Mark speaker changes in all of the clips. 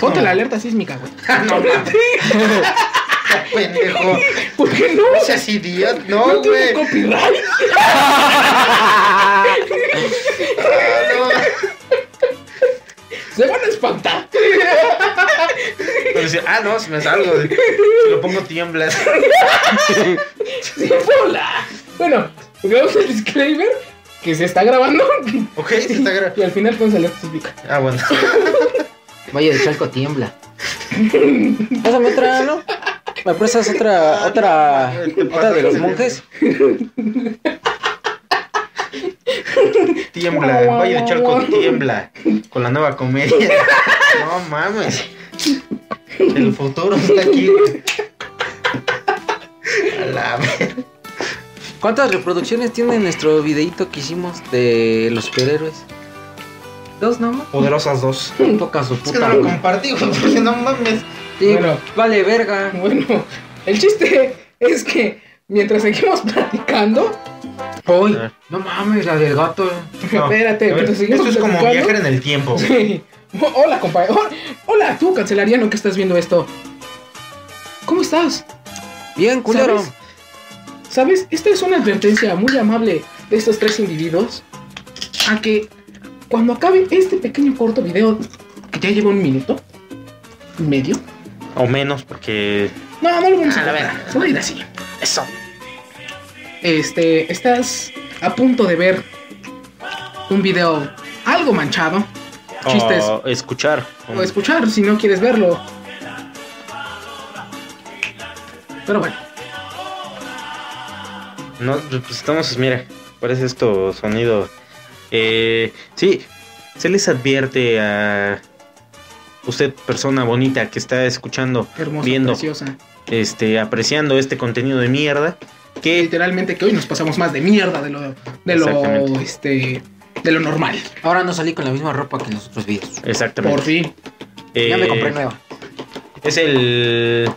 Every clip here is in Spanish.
Speaker 1: Ponte la alerta sísmica, güey.
Speaker 2: Ah, no mames. Pendejo.
Speaker 1: ¿Por qué no?
Speaker 2: No seas idiota, no,
Speaker 1: No
Speaker 2: güey.
Speaker 1: tiene copyright.
Speaker 2: Ah, no.
Speaker 1: Se van a espantar.
Speaker 2: Pero dice, ah, no, si me salgo. Si lo pongo tiemblas.
Speaker 1: Sí, hola. Bueno, veamos el disclaimer que se está grabando.
Speaker 2: Ok, se está grabando.
Speaker 1: Y al final pones alerta sísmica.
Speaker 2: Ah, bueno.
Speaker 3: Valle de Chalco tiembla. Pásame otra, ¿no? ¿Me prestas otra, otra, otra de los monjes?
Speaker 2: Tiembla, Valle de Chalco tiembla. Con la nueva comedia. No mames. El futuro está aquí, güey. A la ver-
Speaker 3: ¿Cuántas reproducciones tiene nuestro videito que hicimos de los superhéroes? Dos nomás.
Speaker 2: Poderosas dos.
Speaker 3: Toca su
Speaker 2: Es que
Speaker 3: puta.
Speaker 2: no lo
Speaker 3: madre.
Speaker 2: compartí, güey, porque no mames.
Speaker 3: Sí,
Speaker 1: Bueno.
Speaker 3: Vale, verga.
Speaker 1: Bueno, el chiste es que mientras seguimos platicando.
Speaker 3: Hoy,
Speaker 2: Ah.
Speaker 3: no mames, la del gato.
Speaker 2: No,
Speaker 1: espérate,
Speaker 2: a ver,
Speaker 1: mientras seguimos
Speaker 2: esto es como
Speaker 1: platicando-
Speaker 2: viajar en el tiempo. güey.
Speaker 1: Sí. Hola, compa. Hola, Hola, tú, cancelariano, que estás viendo esto. ¿Cómo estás?
Speaker 3: Bien, culero.
Speaker 1: ¿Sabes? ¿Sabes? Esta es una advertencia muy amable de estos tres individuos a que cuando acabe este pequeño corto video, que ya lleva un minuto, y medio.
Speaker 2: O menos, porque.
Speaker 1: No, no lo vamos a
Speaker 2: A la
Speaker 1: ver.
Speaker 2: verga.
Speaker 1: Se va a ir así.
Speaker 2: Eso.
Speaker 1: Este, estás a punto de ver un video algo manchado. Chistes.
Speaker 2: O escuchar.
Speaker 1: O escuchar si no quieres verlo. Pero bueno.
Speaker 2: No, pues estamos, mira, parece esto sonido. Eh, sí, se les advierte a usted, persona bonita que está escuchando,
Speaker 1: Hermosa,
Speaker 2: Viendo.
Speaker 1: preciosa.
Speaker 2: este, apreciando este contenido de mierda, que
Speaker 1: Literalmente que hoy nos pasamos más de mierda de lo de lo
Speaker 2: Exactamente.
Speaker 1: este de lo normal.
Speaker 3: Ahora no salí con la misma ropa que en los otros videos.
Speaker 1: Por
Speaker 2: exactamente.
Speaker 1: fin.
Speaker 3: Ya me
Speaker 2: eh,
Speaker 3: compré nueva.
Speaker 2: Es el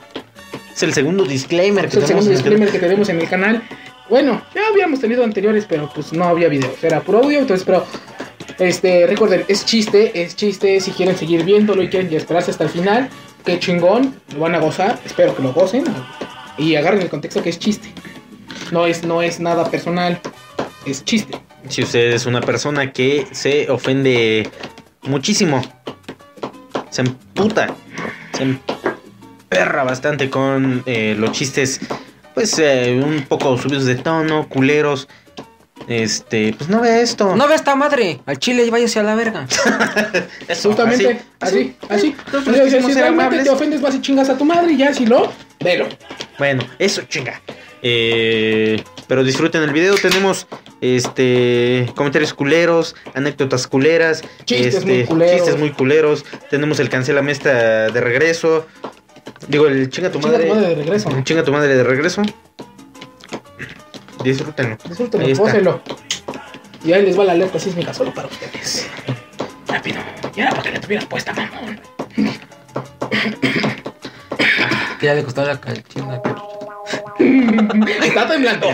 Speaker 2: es el segundo disclaimer
Speaker 1: Es
Speaker 2: que
Speaker 1: el
Speaker 2: tenemos
Speaker 1: segundo
Speaker 2: en este el
Speaker 1: disclaimer que tenemos en el canal. Bueno, ya habíamos tenido anteriores, pero pues no había videos. Era puro audio, entonces, pero. Este, recuerden, es chiste, es chiste. Si quieren seguir viéndolo y quieren esperarse hasta el final, qué chingón, lo van a gozar. Espero que lo gocen y agarren el contexto que es chiste. No es, no es nada personal, es chiste.
Speaker 2: Si usted es una persona que se ofende muchísimo, se emputa, se emperra bastante con eh, los chistes, pues eh, un poco subidos de tono, culeros, este, pues no ve esto.
Speaker 3: No ve esta madre. Al chile y váyase a la verga.
Speaker 2: Eso,
Speaker 1: Absolutamente, así, así.
Speaker 2: Nosotros
Speaker 1: Oye,
Speaker 2: quisimos
Speaker 1: si
Speaker 2: ser
Speaker 1: realmente
Speaker 2: amables.
Speaker 1: te ofendes, vas y chingas a tu madre y ya, si no, velo.
Speaker 2: Bueno, eso chinga. Eh, pero disfruten el video, tenemos este comentarios culeros, anécdotas culeras,
Speaker 1: Chistes
Speaker 2: este,
Speaker 1: muy culeros.
Speaker 2: chistes muy culeros, tenemos el cancelame esta de regreso. Digo, el chinga tu
Speaker 1: Chinga a
Speaker 2: madre.
Speaker 1: tu madre de regreso.
Speaker 2: el chinga tu madre de regreso. Disfrútenlo. Ahí
Speaker 1: Disfrútenlo,
Speaker 2: está.
Speaker 1: gócenlo. Y ahí les va la alerta sísmica solo para ustedes. Rápido. Y ahora porque la tuvieras puesta, mamón.
Speaker 3: Que ya le costó la calchina.
Speaker 1: Está temblando.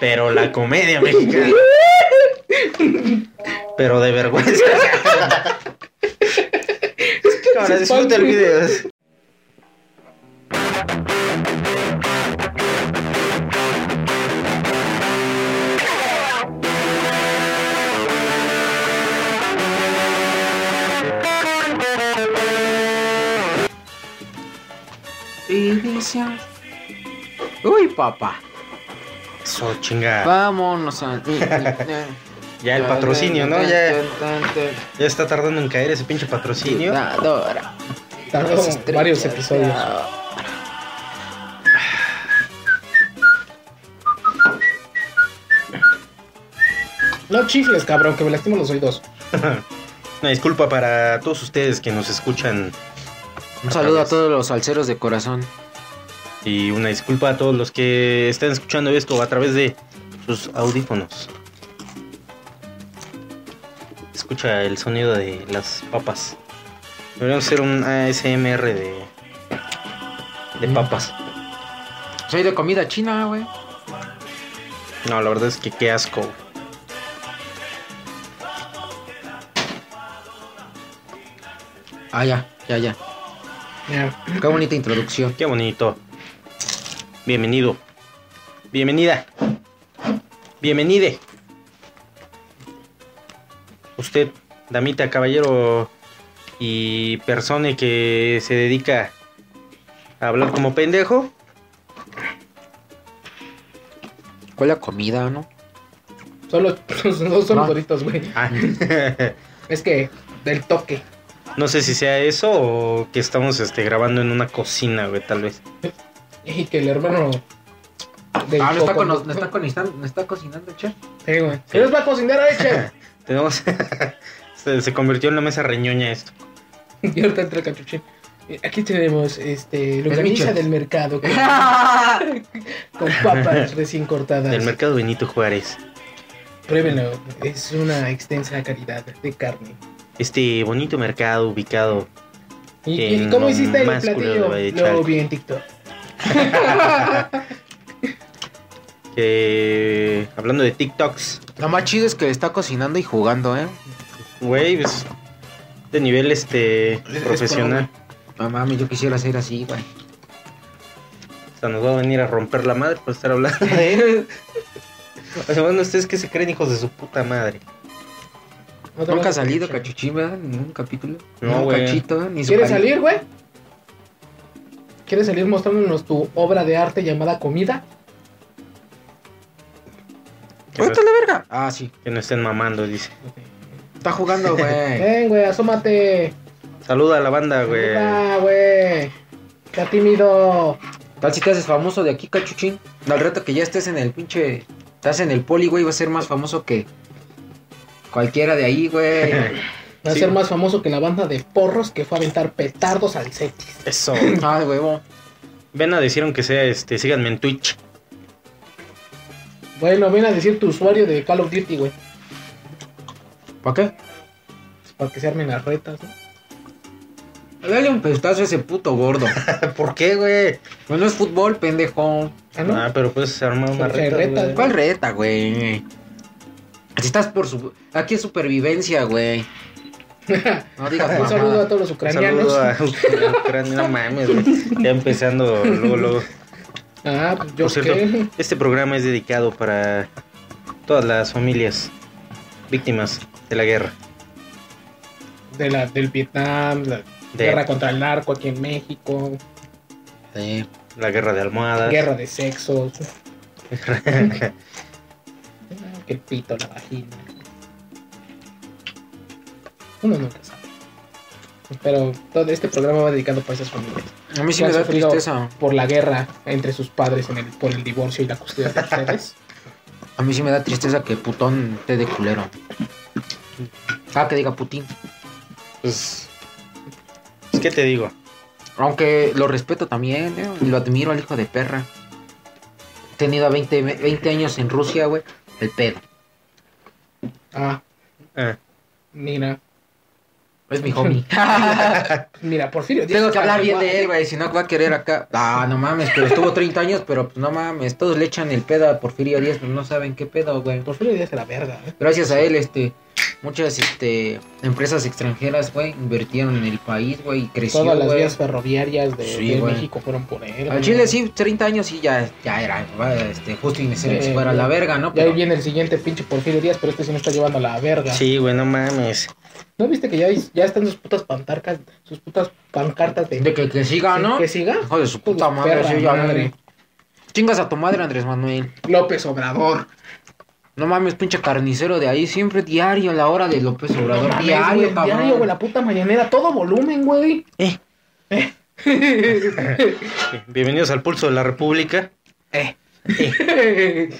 Speaker 2: Pero la comedia mexicana. Pero de vergüenza. Ahora disfruta el video.
Speaker 3: Y dice... Uy, papá.
Speaker 2: Eso chinga.
Speaker 3: Vámonos a...
Speaker 2: Ya el patrocinio, ¿no? Ya. Ya está tardando en caer ese pinche patrocinio.
Speaker 3: Adora.
Speaker 1: Tardó varios episodios. No chifles, cabrón, que me lastimo los oídos.
Speaker 2: Una disculpa para todos ustedes que nos escuchan.
Speaker 3: Un saludo a todos los salseros de corazón.
Speaker 2: Y una disculpa a todos los que están escuchando esto a través de sus audífonos. Escucha el sonido de las papas. Deberíamos hacer un ASMR de. de papas.
Speaker 3: Soy de comida china, güey.
Speaker 2: No, la verdad es que qué asco.
Speaker 3: Ah, ya, ya, ya.
Speaker 1: Ya.
Speaker 3: Qué bonita introducción.
Speaker 2: Qué bonito. Bienvenido. Bienvenida. Bienvenide. Usted, damita, caballero y persona que se dedica a hablar como pendejo,
Speaker 3: ¿Cuál la comida, no?
Speaker 1: Solo, solo, solo
Speaker 3: Va.
Speaker 1: doritos, güey.
Speaker 2: Ah,
Speaker 1: Es que del toque.
Speaker 2: no sé si sea eso o que estamos este, grabando en una cocina, güey, tal vez.
Speaker 1: Y que el hermano. del
Speaker 3: Ah, no está,
Speaker 1: Coco-
Speaker 3: con, no está, con, no está cocinando, chef.
Speaker 1: Sí, güey. Se les va a cocinar a leche.
Speaker 2: Tenemos. se, se convirtió en la mesa reñoña esto.
Speaker 1: y ahorita entra el cachuchín. Eh, Aquí tenemos este longaniza
Speaker 3: bicho.
Speaker 1: del mercado con, con papas recién cortadas.
Speaker 2: Del mercado Benito Juárez.
Speaker 1: Pruébenlo, es una extensa calidad de carne.
Speaker 2: Este bonito mercado ubicado.
Speaker 1: ¿Y,
Speaker 2: En
Speaker 1: y cómo hiciste el
Speaker 2: más culo de
Speaker 1: platillo?
Speaker 2: Valle de
Speaker 1: Lo
Speaker 2: Chalco.
Speaker 1: vi en TikTok.
Speaker 2: Que. Hablando de TikToks.
Speaker 3: Lo más chido es que está cocinando y jugando, ¿eh?
Speaker 2: Güey, pues, de nivel este profesional.
Speaker 3: No mames, yo quisiera ser así, güey.
Speaker 2: Hasta nos va a venir a romper la madre por estar hablando de él. O sea, bueno, ustedes que se creen hijos de su puta madre.
Speaker 1: No te vas
Speaker 3: Nunca
Speaker 1: a
Speaker 3: ha salido
Speaker 1: escuchar.
Speaker 3: cachuchín, ¿verdad? Ningún capítulo.
Speaker 2: No,
Speaker 3: Ningún
Speaker 2: güey.
Speaker 3: cachito, ni su
Speaker 1: ¿Quieres
Speaker 3: cari-
Speaker 1: salir, güey? ¿Quieres salir mostrándonos tu obra de arte llamada comida?
Speaker 2: Que no,
Speaker 3: ¡Vete a la verga! Ah, sí.
Speaker 2: que no estén mamando, dice.
Speaker 3: Está jugando, güey.
Speaker 1: Ven, güey, asómate.
Speaker 2: Saluda a la banda, Eh. güey.
Speaker 1: Ah, güey. Está tímido.
Speaker 3: Tal si te haces famoso de aquí, cachuchín. Al rato que ya estés en el pinche. Estás en el poli, güey, vas a ser más famoso que. Cualquiera de ahí, güey.
Speaker 1: Va a
Speaker 2: Sí.
Speaker 1: ser más famoso que la banda de porros que fue a aventar petardos al Cetis.
Speaker 2: Eso.
Speaker 3: Ah, de huevo.
Speaker 2: Ven a decir aunque sea, este, síganme en Twitch.
Speaker 1: Bueno, ven a decir tu usuario de Call of Duty, güey.
Speaker 3: ¿Para qué?
Speaker 1: Para que se armen las retas, ¿no?
Speaker 3: Dale un pestazo a ese puto gordo.
Speaker 2: ¿Por qué, güey?
Speaker 3: Pues no es fútbol, pendejo.
Speaker 1: Ah, ¿no?
Speaker 2: Ah, pero puedes armar una
Speaker 1: Porque hay
Speaker 2: reta.
Speaker 1: retas,
Speaker 2: güey.
Speaker 3: ¿Cuál reta, güey? Si estás por su... Aquí es supervivencia, güey. No digas
Speaker 1: Un
Speaker 3: mamá.
Speaker 1: saludo a todos los
Speaker 2: Un
Speaker 1: ucranianos.
Speaker 2: saludo a Ucrania, no mames, güey. Ya empezando luego, luego.
Speaker 1: Ah, pues yo
Speaker 2: Por cierto,
Speaker 1: qué.
Speaker 2: este programa es dedicado para todas las familias víctimas de la guerra.
Speaker 1: De la, del Vietnam, la
Speaker 2: De
Speaker 1: guerra contra el narco aquí en México,
Speaker 3: Sí.
Speaker 2: la guerra de almohadas.
Speaker 1: guerra de sexos. Que el ah, pito, la vagina. Uno nunca sabe. Pero todo este programa va dedicado para esas familias.
Speaker 3: A mí sí
Speaker 1: Ya
Speaker 3: me da
Speaker 1: sufrido.
Speaker 3: tristeza.
Speaker 1: Por la guerra entre sus padres en el, por el divorcio y la custodia de ustedes.
Speaker 3: A mí sí me da tristeza que putón te de culero. Ah, que diga Putin.
Speaker 2: Pues, pues, ¿qué te digo?
Speaker 3: Aunque lo respeto también, ¿eh? Y lo admiro al hijo de perra. He tenido a 20, me- 20 años en Rusia, güey. El pedo.
Speaker 1: Ah,
Speaker 2: Ah,
Speaker 1: mira.
Speaker 3: Es mi homie.
Speaker 1: Mira, Porfirio. Díaz
Speaker 3: Tengo que hablar bien
Speaker 1: Castañeda,
Speaker 3: de él, güey, si no va a querer acá. Ah, no mames, pero estuvo 30 años, pero pues no mames, todos le echan el pedo a Porfirio Díaz, pero no saben qué pedo, güey.
Speaker 1: Porfirio Díaz de la verga. ¿eh?
Speaker 3: Gracias a él, este, muchas, este, empresas extranjeras, güey, invirtieron en el país, güey, y creció,
Speaker 1: Todas las
Speaker 3: güey.
Speaker 1: vías ferroviarias de,
Speaker 3: Sí,
Speaker 1: de
Speaker 3: güey.
Speaker 1: México fueron por él.
Speaker 3: Al
Speaker 1: güey.
Speaker 3: Chile sí, 30 años sí, ya, ya era, güey, este, justo y necesario que se fuera a la verga, ¿no?
Speaker 1: Ya ahí
Speaker 3: Pero,
Speaker 1: viene el siguiente pinche Porfirio Díaz, pero este sí me está llevando a la verga.
Speaker 2: sí, güey, no mames.
Speaker 1: ¿No viste que ya, ya están sus putas pancartas, sus putas pancartas de,
Speaker 3: de que, que siga, ¿no?
Speaker 1: que siga?
Speaker 3: Hijo de su puta
Speaker 1: Hijo de
Speaker 3: madre,
Speaker 1: perra
Speaker 3: sí, ya,
Speaker 1: madre.
Speaker 3: Chingas a tu madre, Andrés Manuel.
Speaker 1: López Obrador.
Speaker 3: No mames, pinche carnicero de ahí, siempre diario a la hora de López
Speaker 1: No
Speaker 3: Obrador.
Speaker 1: mames,
Speaker 3: diario,
Speaker 1: güey,
Speaker 3: cabrón.
Speaker 1: diario, güey, la puta mañanera, todo volumen, güey.
Speaker 2: Eh, bien- bienvenidos al Pulso de la República.
Speaker 3: Eh,
Speaker 1: Ese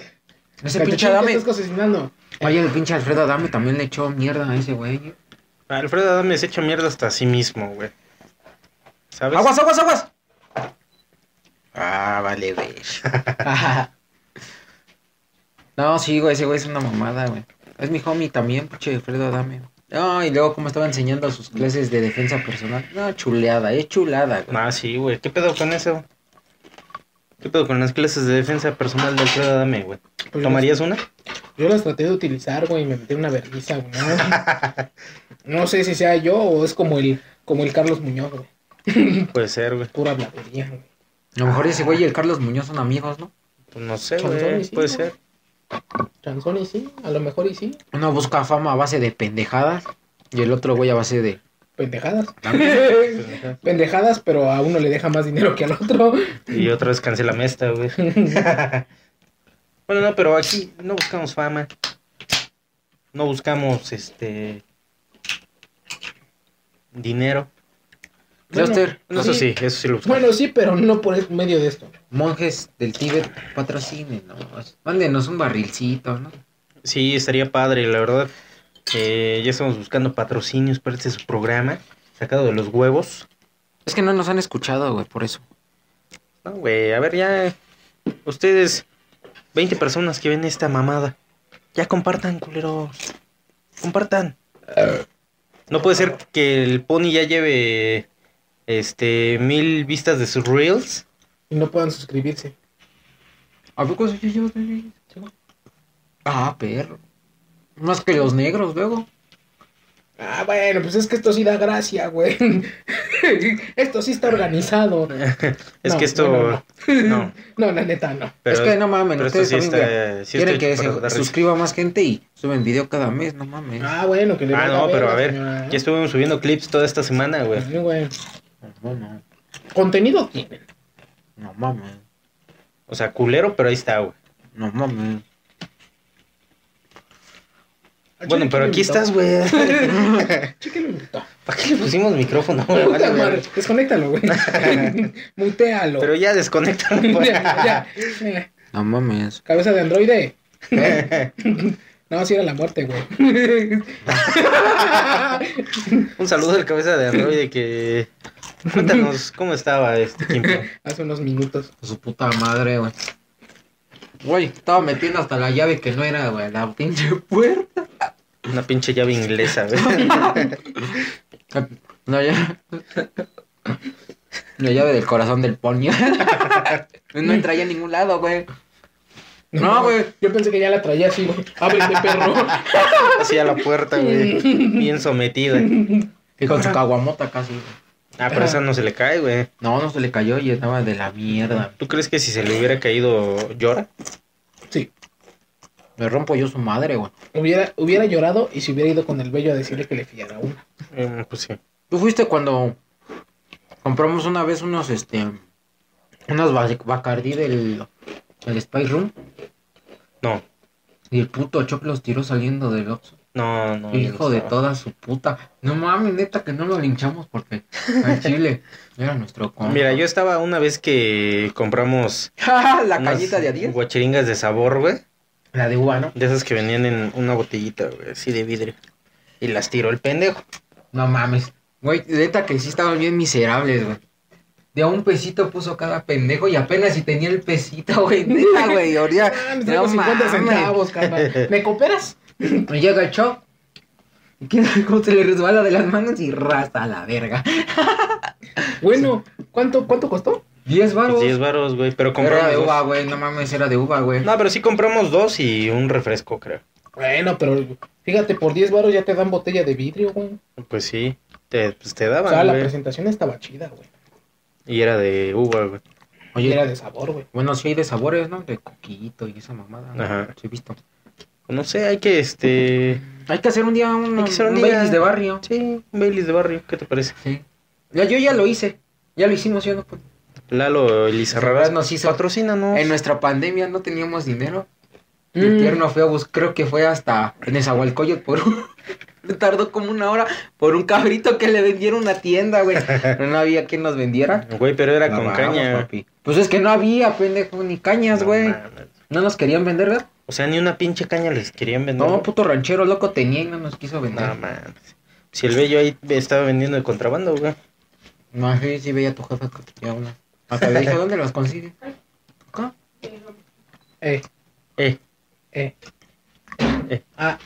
Speaker 3: ese pinche Adame.
Speaker 1: estás cocinando.
Speaker 3: Oye, el pinche Alfredo Adame también le echó mierda a ese güey.
Speaker 2: Alfredo Adame se echa mierda hasta a sí mismo, güey. ¿Sabes?
Speaker 3: ¡Aguas, aguas, aguas! Ah, vale, güey. no, sí, güey, ese güey es una mamada, güey. Es mi homie también, pinche Alfredo Adame. No, y luego cómo estaba enseñando sus clases de defensa personal. No, chuleada, es chulada, güey.
Speaker 2: Ah, sí, güey. ¿Qué pedo con eso? ¿Qué pedo con las clases de defensa personal de Alfredo Adame, güey?
Speaker 1: Pues,
Speaker 2: ¿Tomarías una?
Speaker 1: Yo las traté de utilizar, güey, y me metí una vergüenza, güey. No, No sé si sea yo o es como el, como el Carlos Muñoz, güey.
Speaker 2: Puede ser, güey.
Speaker 1: Pura blabería, güey.
Speaker 3: A lo mejor ese güey y el Carlos Muñoz son amigos, ¿no?
Speaker 2: Pues no sé,
Speaker 1: Chanzón
Speaker 2: güey.
Speaker 1: y sí,
Speaker 2: Puede
Speaker 1: ¿no?
Speaker 2: ser.
Speaker 1: Chanzón y sí, a lo mejor y sí.
Speaker 3: Uno busca fama a base de pendejadas y el otro güey a base de...
Speaker 1: Pendejadas.
Speaker 2: Pues,
Speaker 1: Pendejadas, pero a uno le deja más dinero que al otro.
Speaker 2: Y otra vez cancelame esta, güey. bueno, no, pero aquí no buscamos fama. No buscamos, este... Dinero.
Speaker 1: Bueno,
Speaker 3: Cluster,
Speaker 1: No,
Speaker 2: Eso sí,
Speaker 1: sí.
Speaker 2: eso sí lo buscamos.
Speaker 1: Bueno, sí, pero no por medio de esto.
Speaker 3: monjes del Tíbet patrocinen, ¿no? Mándenos un barrilcito, ¿no?
Speaker 2: Sí, estaría padre, la verdad. Eh, ya estamos buscando patrocinios para este su programa. Sacado de los huevos.
Speaker 3: Es que no nos han escuchado, güey, por eso.
Speaker 2: No, güey, a ver, ya. Ustedes, 20 personas que ven esta mamada. Ya compartan, culeros. Compartan. No puede ser que el pony ya lleve. Este. Mil vistas de sus reels.
Speaker 1: Y no puedan suscribirse.
Speaker 3: ¿A poco se lleva Ah, perro. Más que los negros, luego.
Speaker 1: Ah, bueno, pues es que esto sí da gracia, güey. esto sí está organizado.
Speaker 2: Es
Speaker 1: No,
Speaker 2: que esto.
Speaker 1: bueno,
Speaker 2: no,
Speaker 1: No, la neta, no.
Speaker 2: pero-
Speaker 3: es que no mames,
Speaker 2: pero esto
Speaker 3: ustedes
Speaker 2: sí
Speaker 3: también, güey,
Speaker 2: está. sí
Speaker 3: quieren
Speaker 2: estoy
Speaker 3: que
Speaker 2: para dar
Speaker 3: se
Speaker 2: risa.
Speaker 3: suscriba más gente y suben video cada mes, no mames.
Speaker 1: Ah, bueno, que le
Speaker 2: Ah,
Speaker 1: valga
Speaker 2: no, pero a ver.
Speaker 1: verga, señora, ¿eh?
Speaker 2: Ya estuvimos subiendo clips toda esta semana, güey.
Speaker 1: Sí, güey.
Speaker 3: No, no,
Speaker 1: Contenido tienen.
Speaker 3: no mames,
Speaker 2: O sea, culero, pero ahí está, güey.
Speaker 3: no mames.
Speaker 1: Ah,
Speaker 2: Bueno, pero aquí estás, güey.
Speaker 1: Chiquelo invitó.
Speaker 2: ¿Para qué le pusimos micrófono, güey?
Speaker 1: Puta
Speaker 2: Vale, güey.
Speaker 1: madre, Desconéctalo, güey. Mutealo.
Speaker 2: Pero ya desconecta. güey.
Speaker 1: ya, ya, ya.
Speaker 3: No mames.
Speaker 1: Cabeza de androide. No, si era la muerte, güey.
Speaker 2: Un saludo al cabeza de Android que. Cuéntanos cómo estaba este tiempo.
Speaker 1: Hace unos minutos.
Speaker 3: Su puta madre, güey. Güey, estaba metiendo hasta la llave que no era, güey, la pinche puerta.
Speaker 2: Una pinche llave inglesa, güey.
Speaker 3: La llave. La llave del corazón del pony. No entra ya a ningún lado, güey. No, güey.
Speaker 1: Yo pensé que ya la traía así, güey. Ábrete, perro.
Speaker 2: Así a la puerta, güey. Bien sometida.
Speaker 3: Y con su caguamota casi, güey.
Speaker 2: Ah, pero esa no se le cae, güey.
Speaker 3: No, no se le cayó y estaba de la mierda.
Speaker 2: ¿Tú crees que si se le hubiera caído llora?
Speaker 1: Sí.
Speaker 3: Me rompo yo su madre, güey.
Speaker 1: Hubiera, hubiera llorado y se hubiera ido con el bello a decirle que le fiara una.
Speaker 2: Eh, pues sí.
Speaker 3: ¿Tú fuiste cuando compramos una vez unos, este, unas ba- Bacardí del, del Spy Room?
Speaker 2: No,
Speaker 3: Y el puto Choc los tiró saliendo del Oxxo.
Speaker 2: no, no.
Speaker 3: Hijo de
Speaker 2: todo.
Speaker 3: toda su puta. No mames, neta que no lo linchamos porque al chile era nuestro compa.
Speaker 2: Mira, yo estaba una vez que compramos.
Speaker 3: la
Speaker 2: unas
Speaker 3: cañita de adiós.
Speaker 2: Guachiringas de sabor, güey.
Speaker 3: La de uva, ¿no?
Speaker 2: De esas que venían en una botellita, güey, así de vidrio. Y las tiró el pendejo.
Speaker 3: No mames. Güey, neta que sí estaban bien miserables, güey. De a un pesito puso cada pendejo y apenas si tenía el pesito, güey. Neta, güey, ahorita.
Speaker 1: Ah, me
Speaker 3: No
Speaker 1: traigo 50
Speaker 3: mames.
Speaker 1: centavos, carnal. ¿Me cooperas?
Speaker 3: Me llega el shock. Y quién sabe cómo se le resbala de las manos y rasta a la verga.
Speaker 1: Bueno, ¿cuánto, cuánto costó?
Speaker 3: 10
Speaker 2: Pues
Speaker 3: baros.
Speaker 2: 10 varos, güey, pero
Speaker 3: Era
Speaker 2: compramos
Speaker 3: de
Speaker 2: dos.
Speaker 3: uva, güey. No mames, era de uva, güey.
Speaker 2: No, pero sí compramos dos y un refresco, creo.
Speaker 1: Bueno, pero fíjate, por 10 baros ya te dan botella de vidrio, güey.
Speaker 2: Pues sí, te, pues te
Speaker 1: O
Speaker 2: daban,
Speaker 1: sea, la
Speaker 2: güey.
Speaker 1: presentación estaba chida, güey.
Speaker 2: Y era de uva, güey.
Speaker 1: Y
Speaker 3: Oye,
Speaker 1: era de sabor, güey.
Speaker 3: bueno, sí hay de sabores, ¿no? De coquito y esa mamada. ¿no?
Speaker 2: Ajá.
Speaker 3: Sí, he visto.
Speaker 2: Pues, No sé, hay que, este...
Speaker 3: Hay que hacer un día un,
Speaker 2: Hay que hacer un
Speaker 3: un
Speaker 2: día.
Speaker 3: Baileys de barrio.
Speaker 2: Sí, un Baileys de barrio, ¿qué te parece?
Speaker 3: Sí. Ya, yo ya lo hice. Ya lo hicimos, yo no puedo.
Speaker 2: Lalo Elizarrarás
Speaker 3: Pues, Nos hizo-
Speaker 2: Patrocínanos.
Speaker 3: En nuestra pandemia no teníamos dinero. Y El
Speaker 1: Mm.
Speaker 3: tierno fue a bus- creo que fue hasta en Nezahualcóyotl por un... Tardó como una hora por un cabrito que le vendiera una tienda, güey. Pero no había quien nos vendiera.
Speaker 2: Güey, pero era
Speaker 3: No,
Speaker 2: con
Speaker 3: vamos,
Speaker 2: caña.
Speaker 3: papi. Pues es que no había, pendejo, ni cañas,
Speaker 2: No
Speaker 3: güey.
Speaker 2: mames.
Speaker 3: No nos querían vender, ¿verdad?
Speaker 2: O sea, ni una pinche caña les querían vender.
Speaker 3: No, puto ranchero loco tenía y no nos quiso vender.
Speaker 2: No, mames. Si el bello ahí estaba vendiendo de contrabando, güey.
Speaker 3: No, sí, sí veía a tu jefa que tenía una. Hasta le dije, ¿dónde las consigues? Acá.
Speaker 1: Eh,
Speaker 2: Eh,
Speaker 1: eh,
Speaker 2: ah,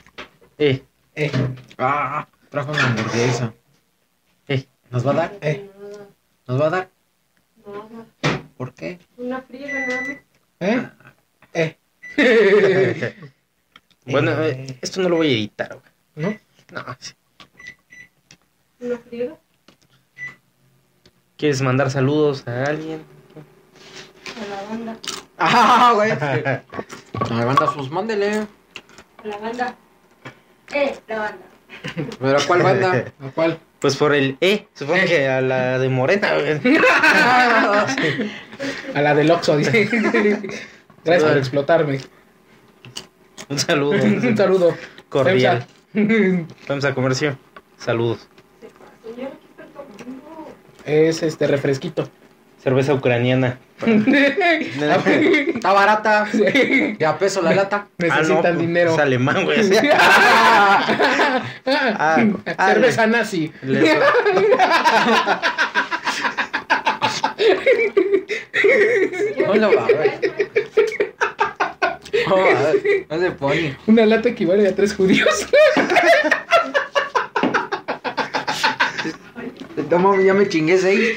Speaker 2: eh,
Speaker 1: eh,
Speaker 3: Ah, trajo una hamburguesa.
Speaker 2: eh.
Speaker 3: ¿Nos va a dar?
Speaker 1: eh,
Speaker 3: ¿Nos va a dar?
Speaker 4: Nada,
Speaker 3: ¿Por qué?
Speaker 4: una friega nada más.
Speaker 1: eh, eh.
Speaker 2: Bueno,
Speaker 1: Eh.
Speaker 2: eh, esto no lo voy a editar, güey.
Speaker 1: ¿no?
Speaker 2: No, sí.
Speaker 4: ¿Lo friega?
Speaker 2: ¿Quieres mandar saludos a alguien?
Speaker 4: A la banda.
Speaker 3: Ah, güey. La banda, pues mándele.
Speaker 4: A la banda. Eh, la banda.
Speaker 3: ¿Pero a cuál banda?
Speaker 1: ¿A cuál?
Speaker 2: Pues por el E, supongo que a la de Morena, güey.
Speaker 1: A la del Oxxo, dice. Gracias por explotarme.
Speaker 2: Un saludo.
Speaker 1: Un saludo.
Speaker 2: Cordial.
Speaker 1: Femsa.
Speaker 2: Vamos a comercio. Saludos.
Speaker 4: Señor, ¿qué está tomando?
Speaker 1: Es este refresquito.
Speaker 2: Cerveza ucraniana.
Speaker 1: Ah, pues,
Speaker 3: Está barata. Ya peso la lata.
Speaker 1: Necesitan
Speaker 2: pues,
Speaker 1: dinero.
Speaker 2: Es alemán, güey. Ah, ah,
Speaker 1: Cerveza nazi.
Speaker 2: Le-
Speaker 3: No lo va a ver. No, va a ver. no se pone.
Speaker 1: Una lata equivale a tres judíos.
Speaker 3: No mames, ya me chingué seis.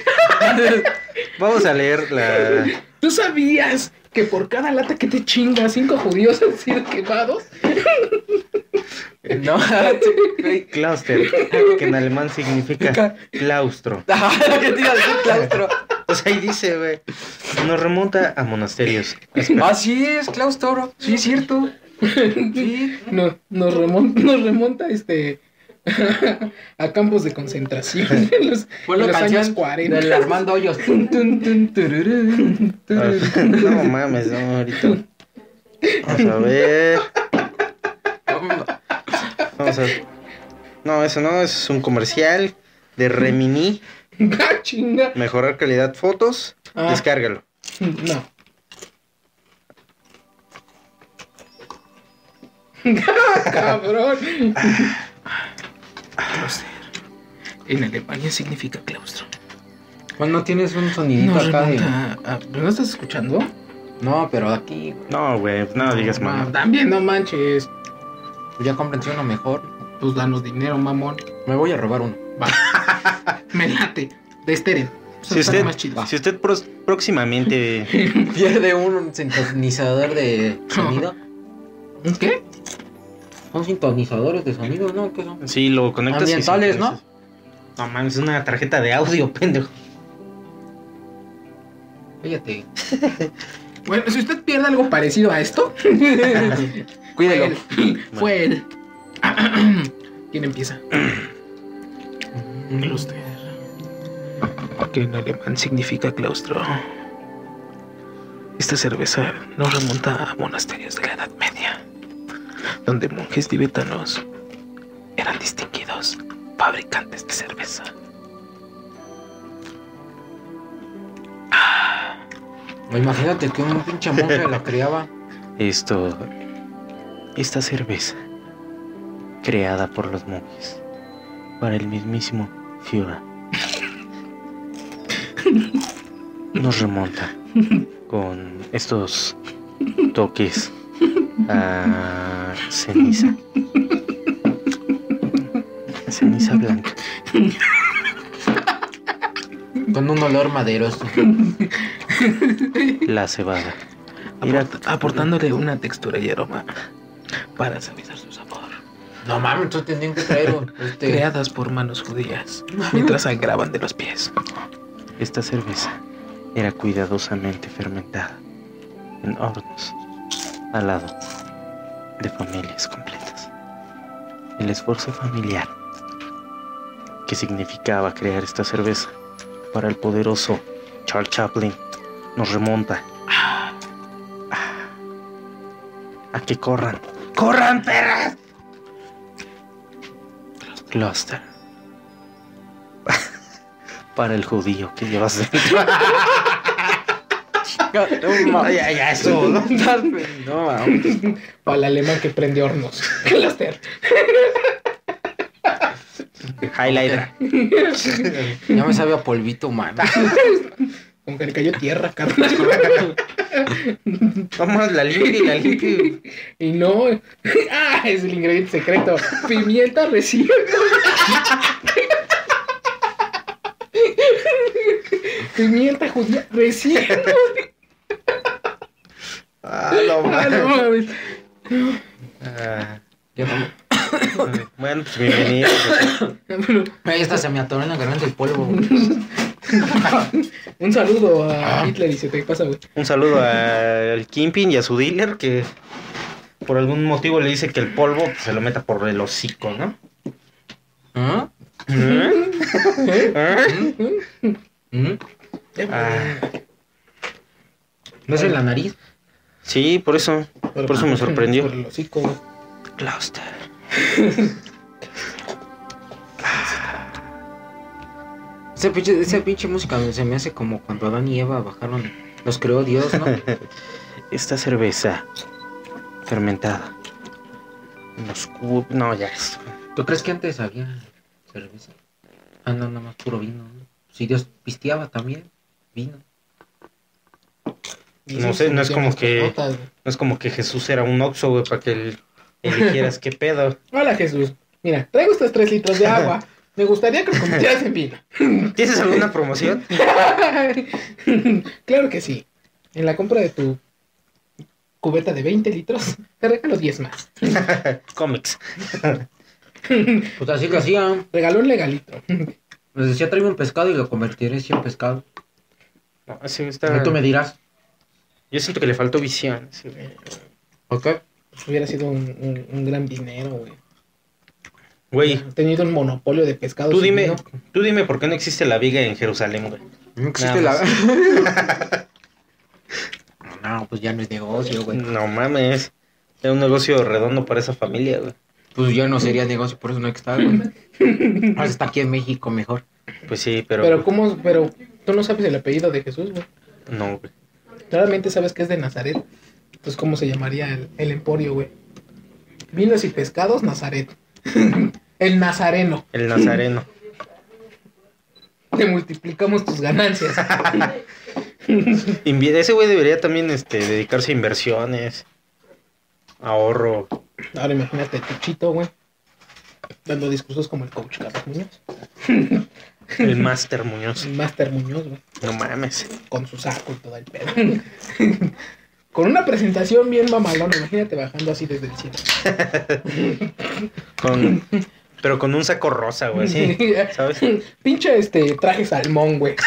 Speaker 2: Vamos a leer la.
Speaker 1: ¿Tú sabías que por cada lata que te chingas, cinco judíos han sido quemados?
Speaker 3: No, güey.
Speaker 2: Clauster, que en alemán significa claustro.
Speaker 3: Ah, que te iba a decir claustro.
Speaker 2: O sea, ahí dice, güey. Nos remonta a monasterios.
Speaker 3: Así Ah, es, claustro. Sí, es cierto. Sí.
Speaker 1: No- nos, remon- nos remonta este a campos de concentración en los,
Speaker 3: Fue
Speaker 1: en
Speaker 3: la
Speaker 1: los años
Speaker 3: canción
Speaker 1: 40.
Speaker 3: del Armando Hoyos.
Speaker 1: Tun, tun, tun, tururún, tururún.
Speaker 2: Ah, No mames, no, ahorita. Vamos a ver. Vamos a ver. No, eso no, es un comercial de Remini.
Speaker 1: Ah, chinga.
Speaker 2: Mejorar calidad fotos.
Speaker 1: Ah.
Speaker 2: Descárgalo.
Speaker 1: No. Cabrón. En Alemania significa claustro.
Speaker 3: Cuando tienes un sonidito
Speaker 1: Nos
Speaker 3: acá de...
Speaker 1: remonta a- ¿No estás escuchando?
Speaker 3: No, pero aquí, güey.
Speaker 2: No, güey, no digas
Speaker 1: Ah,
Speaker 2: mamá.
Speaker 1: También no manches.
Speaker 3: Pues ya comprendí uno mejor.
Speaker 1: Pues danos dinero, mamón.
Speaker 3: Me voy a robar uno.
Speaker 1: Va. Me late. De estéreo. Son
Speaker 2: Si usted, Ah.
Speaker 1: más chidos.
Speaker 2: si usted pros- próximamente.
Speaker 3: Pierde un sintonizador de sonido.
Speaker 1: ¿Qué?
Speaker 3: Son sintonizadores de sonido, ¿no? ¿Qué son?
Speaker 2: Sí, lo conectas. y
Speaker 3: Ambientales, ¿no?
Speaker 2: sincronizas. No mames, es una tarjeta de audio, pendejo.
Speaker 3: Fíjate.
Speaker 1: Bueno, si usted pierde algo parecido a esto, fue
Speaker 3: Cuídelo.
Speaker 1: él. Fue él. ¿Quién empieza? Clauster. Que en alemán significa claustro. Esta cerveza nos remonta a monasterios de la Edad Media, donde monjes tibetanos eran distinguidos fabricantes de cerveza.
Speaker 3: Imagínate que un pinche monje la criaba.
Speaker 2: Esto. Esta cerveza. Creada por los monjes. Para el mismísimo Fiora. Nos remonta. Con estos toques. A ceniza. Ceniza blanca.
Speaker 3: Con un olor maderoso.
Speaker 2: La cebada. Mira,
Speaker 1: aport- aportándole una textura y aroma para suavizar su sabor.
Speaker 3: No mames, entonces tenían que traer un, este,
Speaker 1: Creadas por manos judías, mientras sangraban de los pies.
Speaker 2: Esta cerveza era cuidadosamente fermentada en hornos al lado de familias completas. El esfuerzo familiar que significaba crear esta cerveza para el poderoso Charles Chaplin nos remonta a- a que corran. ¡Corran, perras! Cluster. Para el judío que llevas dentro.
Speaker 3: No
Speaker 2: Ay,
Speaker 3: mames.
Speaker 2: ay, ay, eso, ¿no?
Speaker 3: No mames.
Speaker 1: Para el alemán que prende hornos. Cluster.
Speaker 2: Highlighter.
Speaker 3: Ya me sabía polvito, mames.
Speaker 1: Como que le cayó tierra, cabrón.
Speaker 2: Vamos, la limpia y la limpia.
Speaker 1: Y no. ¡Ah! Es el ingrediente secreto. Pimienta recién. Pimienta judía recién.
Speaker 2: Ah, no,
Speaker 1: Ah, no mames.
Speaker 2: Ah,
Speaker 3: Yo también.
Speaker 2: bueno, pues bienvenido.
Speaker 3: Ahí está, se me atoró en la garganta el polvo. güey.
Speaker 1: Un saludo
Speaker 2: Ah.
Speaker 1: a Hitler y se te pasa, güey.
Speaker 2: Un saludo al Kimpin y a su dealer que por algún motivo le dice que el polvo pues, se lo meta por el hocico, ¿no?
Speaker 3: ¿Ah?
Speaker 2: ¿Eh?
Speaker 1: ¿Eh?
Speaker 2: ¿Eh?
Speaker 3: ¿Mm?
Speaker 2: Ah,
Speaker 3: ¿No es en la nariz?
Speaker 2: sí, por eso. Por eso me sorprendió.
Speaker 1: Por el hocico, güey.
Speaker 2: Cluster.
Speaker 3: Esa pinche, esa pinche música se me hace como cuando Adán y Eva bajaron. Los creó Dios, ¿no?
Speaker 2: Esta cerveza fermentada. En los cubos. No, ya es.
Speaker 3: ¿Tú crees que antes había cerveza? Ah, no, nada más puro vino. ¿no? Si Dios pisteaba también, vino.
Speaker 1: Y
Speaker 2: No
Speaker 1: eso
Speaker 2: sé,
Speaker 1: se
Speaker 2: no es
Speaker 1: metía
Speaker 2: como
Speaker 1: en nuestras
Speaker 2: que-
Speaker 1: botas, güey.
Speaker 2: No es como que Jesús era un oxo, güey, para que el- eligieras qué pedo.
Speaker 1: Hola, Jesús. Mira, traigo estos tres litros de agua. Me gustaría que los convirtieras en vino.
Speaker 2: ¿Tienes alguna promoción?
Speaker 1: claro que sí. En la compra de tu cubeta de 20 litros, te regalo 10 más.
Speaker 2: Cómics.
Speaker 3: Pues así lo hacían.
Speaker 1: Regaló un legalito.
Speaker 3: Les decía, tráeme un pescado y lo convertiré en cien pescado.
Speaker 2: No, sí,
Speaker 3: Y
Speaker 2: está...
Speaker 3: tú me dirás,
Speaker 2: Yo siento que le faltó visión. sí, güey.
Speaker 3: ¿ok?
Speaker 1: Pues hubiera sido un, un- un gran dinero, güey.
Speaker 2: Güey,
Speaker 1: Tenido un monopolio de pescado.
Speaker 2: tú
Speaker 1: sin
Speaker 2: dime,
Speaker 1: vino.
Speaker 2: tú dime por qué no existe la viga en Jerusalén, güey.
Speaker 3: No existe
Speaker 2: Nada
Speaker 3: la... no, pues ya no es negocio, güey.
Speaker 2: No mames. Era un negocio redondo para esa familia, güey.
Speaker 3: Pues ya no sería negocio, por eso no hay que estar, güey. Ahora está aquí en México mejor.
Speaker 2: Pues sí, pero...
Speaker 1: Pero, ¿cómo? Pero tú no sabes el apellido de Jesús, güey.
Speaker 2: No, güey.
Speaker 1: Claramente sabes que es de Nazaret. Entonces, ¿cómo se llamaría el, el emporio, güey? Vinos y pescados, Nazaret. el nazareno.
Speaker 2: El nazareno.
Speaker 1: Te multiplicamos tus ganancias.
Speaker 2: Invi- Ese güey debería también este, dedicarse a inversiones, ahorro.
Speaker 1: Ahora imagínate a Chuchito, güey. Dando discursos como el coach Carlos Muñoz.
Speaker 2: El Master Muñoz.
Speaker 1: El Master Muñoz, güey.
Speaker 2: No mames.
Speaker 1: Con su saco y todo el pedo. Con una presentación bien mamalona. Imagínate bajando así desde el cielo.
Speaker 2: Con, pero con un saco rosa, güey, Pues sí. ¿Sabes?
Speaker 1: Pinche este traje salmón, güey.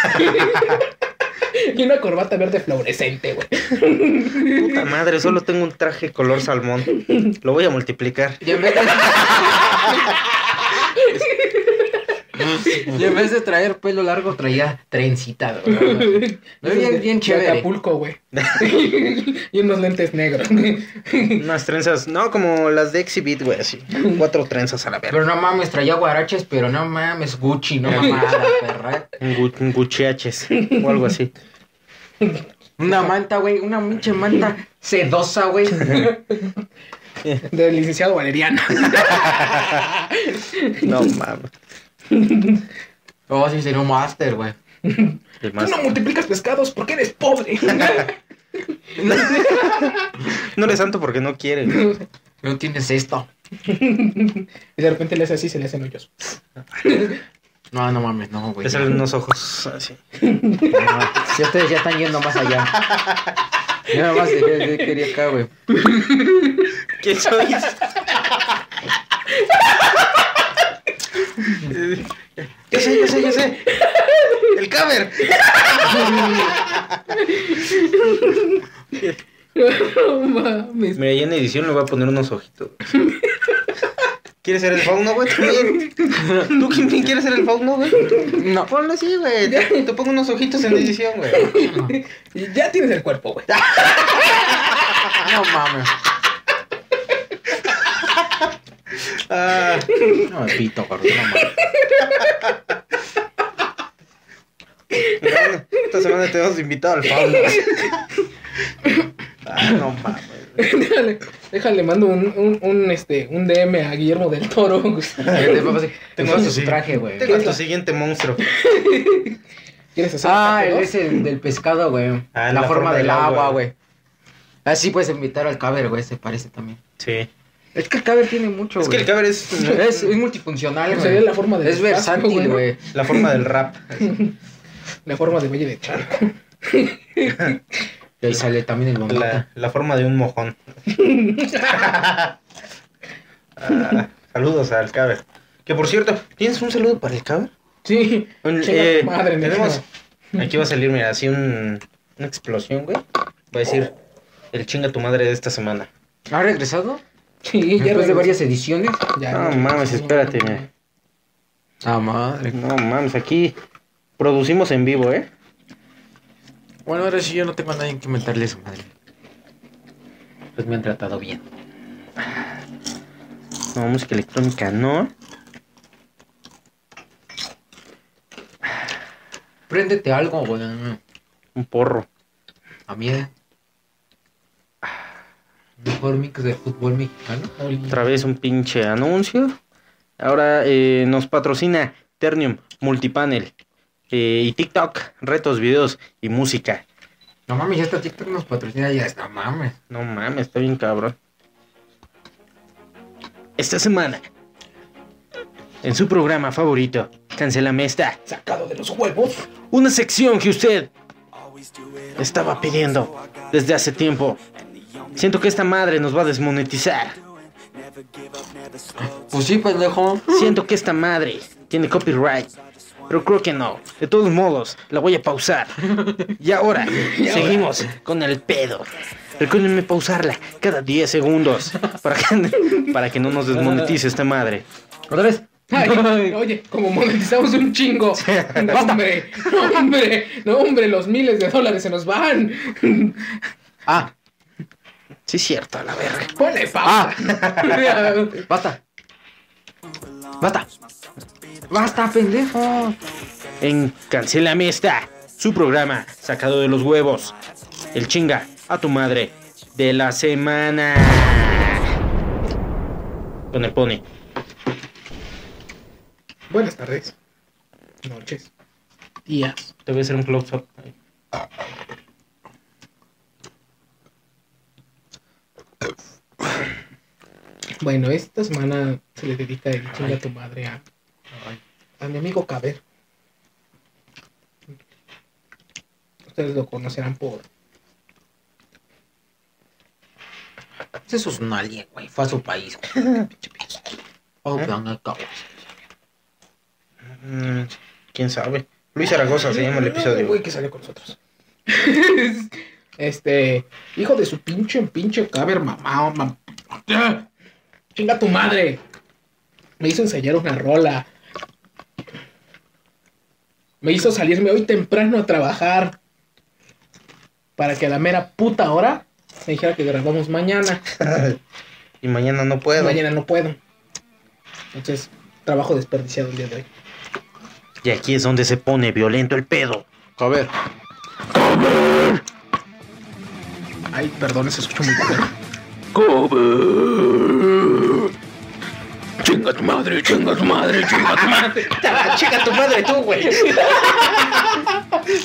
Speaker 1: y una corbata verde fluorescente, güey.
Speaker 2: Puta madre, solo tengo un traje color salmón. Lo voy a multiplicar.
Speaker 3: Y en vez de, y en vez de traer pelo largo, traía trencita, güey. No, bien-
Speaker 1: Esos de-
Speaker 3: bien
Speaker 1: de
Speaker 3: chévere.
Speaker 1: Acapulco, güey. y unos lentes negros.
Speaker 2: Unas trenzas, no, como las de Exhibit, güey, así. Cuatro trenzas a la verga.
Speaker 3: Pero no mames, traía guaraches, pero no mames, Gucci, no mamada, perra.
Speaker 2: Un, gu- un guchiaches o algo así.
Speaker 3: Una manta, güey, una pinche manta sedosa, güey.
Speaker 1: Del licenciado Valeriano.
Speaker 2: No mames.
Speaker 3: Oh, sí, sería un master, güey.
Speaker 2: El
Speaker 1: Tú no
Speaker 2: Master.
Speaker 1: multiplicas pescados porque eres pobre.
Speaker 2: No eres santo porque no quiere. güey.
Speaker 3: No tienes esto.
Speaker 1: y de repente le hace así, se le hacen hoyos.
Speaker 3: No, no mames, no, güey.
Speaker 2: Le salen unos ojos así.
Speaker 3: No, si ustedes ya están yendo más allá. Yo nada más yo- yo quería acá, güey.
Speaker 2: ¿Quién soy? yo sé, yo sé, yo sé. El cover.
Speaker 1: No mames.
Speaker 2: Mira, ya en edición le voy a poner unos ojitos. ¿Quieres ser el fauno, güey? También. ¿Tú, Kimpin, quieres ser el fauno, güey?
Speaker 3: No.
Speaker 2: Ponlo así, güey. Te, te pongo unos ojitos en edición, güey.
Speaker 1: Y ya tienes el cuerpo, güey.
Speaker 3: No mames.
Speaker 2: Ah,
Speaker 3: No me pito, gordo, no mames.
Speaker 2: bueno, esta semana tenemos invitado al fauno. Ah, no mames. güey.
Speaker 1: déjale, déjale, mando un, un, un, este, un DM a Guillermo del Toro. güey.
Speaker 2: Tengo
Speaker 3: Tengo
Speaker 2: su
Speaker 3: su traje, güey.
Speaker 2: Tengo a tu siguiente monstruo.
Speaker 1: ¿Quieres hacer
Speaker 3: Ah,
Speaker 1: el
Speaker 3: el ese del pescado, güey.
Speaker 2: Ah,
Speaker 3: la, forma, del agua, güey. Así puedes invitar al caber, güey, se parece también.
Speaker 2: Sí.
Speaker 3: Es que el caber tiene mucho,
Speaker 2: Es que el
Speaker 3: güey.
Speaker 2: cover es
Speaker 3: Es, es multifuncional,
Speaker 1: Sería
Speaker 3: güey.
Speaker 1: la forma de
Speaker 3: Es versátil, güey.
Speaker 2: la forma del rap.
Speaker 1: La forma de Valle de Chan.
Speaker 3: Y ahí sale también el bombata.
Speaker 2: La, la forma de un mojón. Ah, saludos al Caber. Que por cierto, ¿tienes un saludo para el Caber?
Speaker 1: Sí,
Speaker 2: Un-
Speaker 1: chinga
Speaker 2: eh,
Speaker 1: tu madre, mi
Speaker 2: tenemos-
Speaker 1: hermano.
Speaker 2: Aquí va a salir, mira, así un- una explosión, güey. Va a decir el chinga tu madre de esta semana.
Speaker 3: ¿Ha regresado?
Speaker 1: Sí, ya
Speaker 3: Después de
Speaker 1: regresó.
Speaker 3: varias ediciones.
Speaker 1: Ya,
Speaker 2: No
Speaker 1: güey.
Speaker 2: mames, espérate, mira.
Speaker 3: Ah, madre.
Speaker 2: No mames, aquí producimos en vivo, ¿eh?
Speaker 3: Bueno, ahora sí yo no tengo a nadie que mentarle a su madre. Pues me han tratado bien.
Speaker 2: No, música electrónica, no.
Speaker 3: Préndete algo, güey.
Speaker 2: Un porro.
Speaker 3: A mí. eh. Mejor mix de fútbol mexicano.
Speaker 2: Otra vez un pinche anuncio. Ahora eh, nos patrocina Ternium, Multipanel eh, y TikTok, retos, videos y música.
Speaker 3: No mames, ya está TikTok nos patrocina ya está, mames.
Speaker 2: No mames, está bien cabrón. Esta semana, en su programa favorito, Cancelame esta,
Speaker 1: Sacado de los huevos.
Speaker 2: una sección que usted estaba pidiendo desde hace tiempo. Siento que esta madre nos va a desmonetizar.
Speaker 3: Pues sí, pendejo.
Speaker 2: Siento que esta madre tiene copyright. Pero creo que no. De todos modos, la voy a pausar. Y ahora, seguimos con el pedo. Recuérdenme pausarla cada 10 segundos para que, para que no nos desmonetice esta madre.
Speaker 3: Otra vez.
Speaker 1: Ay, oye, como monetizamos un chingo. No, hombre, no, hombre, no, hombre, los miles de dólares se nos van.
Speaker 3: Ah,
Speaker 2: Sí, es cierto, a la verga.
Speaker 1: Ponle
Speaker 2: Ah.
Speaker 1: pausa.
Speaker 3: basta. Basta. Basta, pendejo.
Speaker 2: En Cancelame esta, su programa sacado de los huevos. El chinga a tu madre de la semana. Con el pony.
Speaker 1: Buenas tardes. Noches. Días.
Speaker 2: Te voy a hacer un close-up.
Speaker 1: Bueno, esta semana se le dedica el chinga a tu madre a, a mi amigo Caber. Ustedes lo conocerán por.
Speaker 3: Eso es un alien, güey. Fue a su país. Oh, planeta.
Speaker 2: Mm, ¿Quién sabe? Luis Zaragoza se llama el episodio.
Speaker 1: Güey, que salió con nosotros. este. Hijo de su pinche, pinche caber, mamá. mam- ¡Ah! Chinga tu madre. Me hizo ensayar una rola. Me hizo salirme hoy temprano a trabajar. Para que a la mera puta hora me dijera que grabamos mañana.
Speaker 2: Y mañana no puedo.
Speaker 1: Mañana no puedo. Entonces, trabajo desperdiciado el día de hoy.
Speaker 2: Y aquí es donde se pone violento el pedo.
Speaker 3: A ver.
Speaker 1: Ay, perdón, se escucha muy culero.
Speaker 2: Chinga tu madre, chinga tu madre, chinga tu madre. chinga tu madre tú, güey.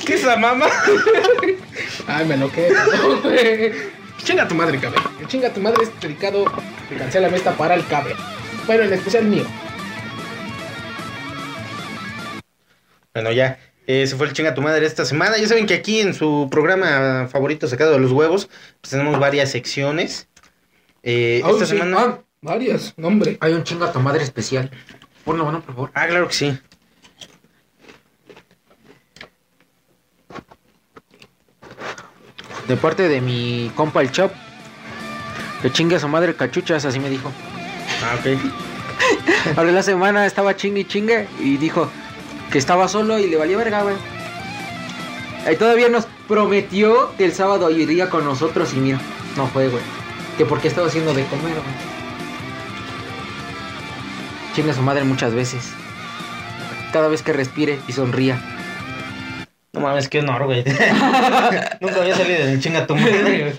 Speaker 2: ¿Qué es la mamá?
Speaker 1: Ay, me lo quedo, güey. Chinga tu madre, cabrón. El Chinga tu madre es dedicado de cancela esta para el cabrón. Bueno, en especial mío.
Speaker 2: Bueno, ya. Eh, se fue el chinga tu madre esta semana. Ya saben que aquí en su programa favorito sacado de los huevos, pues tenemos varias secciones. Eh,
Speaker 1: Ah,
Speaker 2: esta
Speaker 1: sí.
Speaker 2: semana.
Speaker 1: Ah, varios, no, hombre.
Speaker 3: Oh, Hay un chingo a tu madre especial. Ponlo bueno, por favor.
Speaker 2: Ah, claro que sí.
Speaker 3: De parte de mi compa el Chop. Que chingue a su madre cachuchas, así me dijo.
Speaker 2: Ah, ok.
Speaker 3: Abre la semana estaba chingue y chingue y dijo que estaba solo y le valía verga, güey. Y todavía nos prometió que el sábado iría con nosotros y mira, no fue, güey. Que porque estaba haciendo de comer, güey. Chinga a su madre muchas veces. Cada vez que respire y sonría.
Speaker 2: No mames, qué honor, güey. Nunca había salido del chinga tu madre, güey.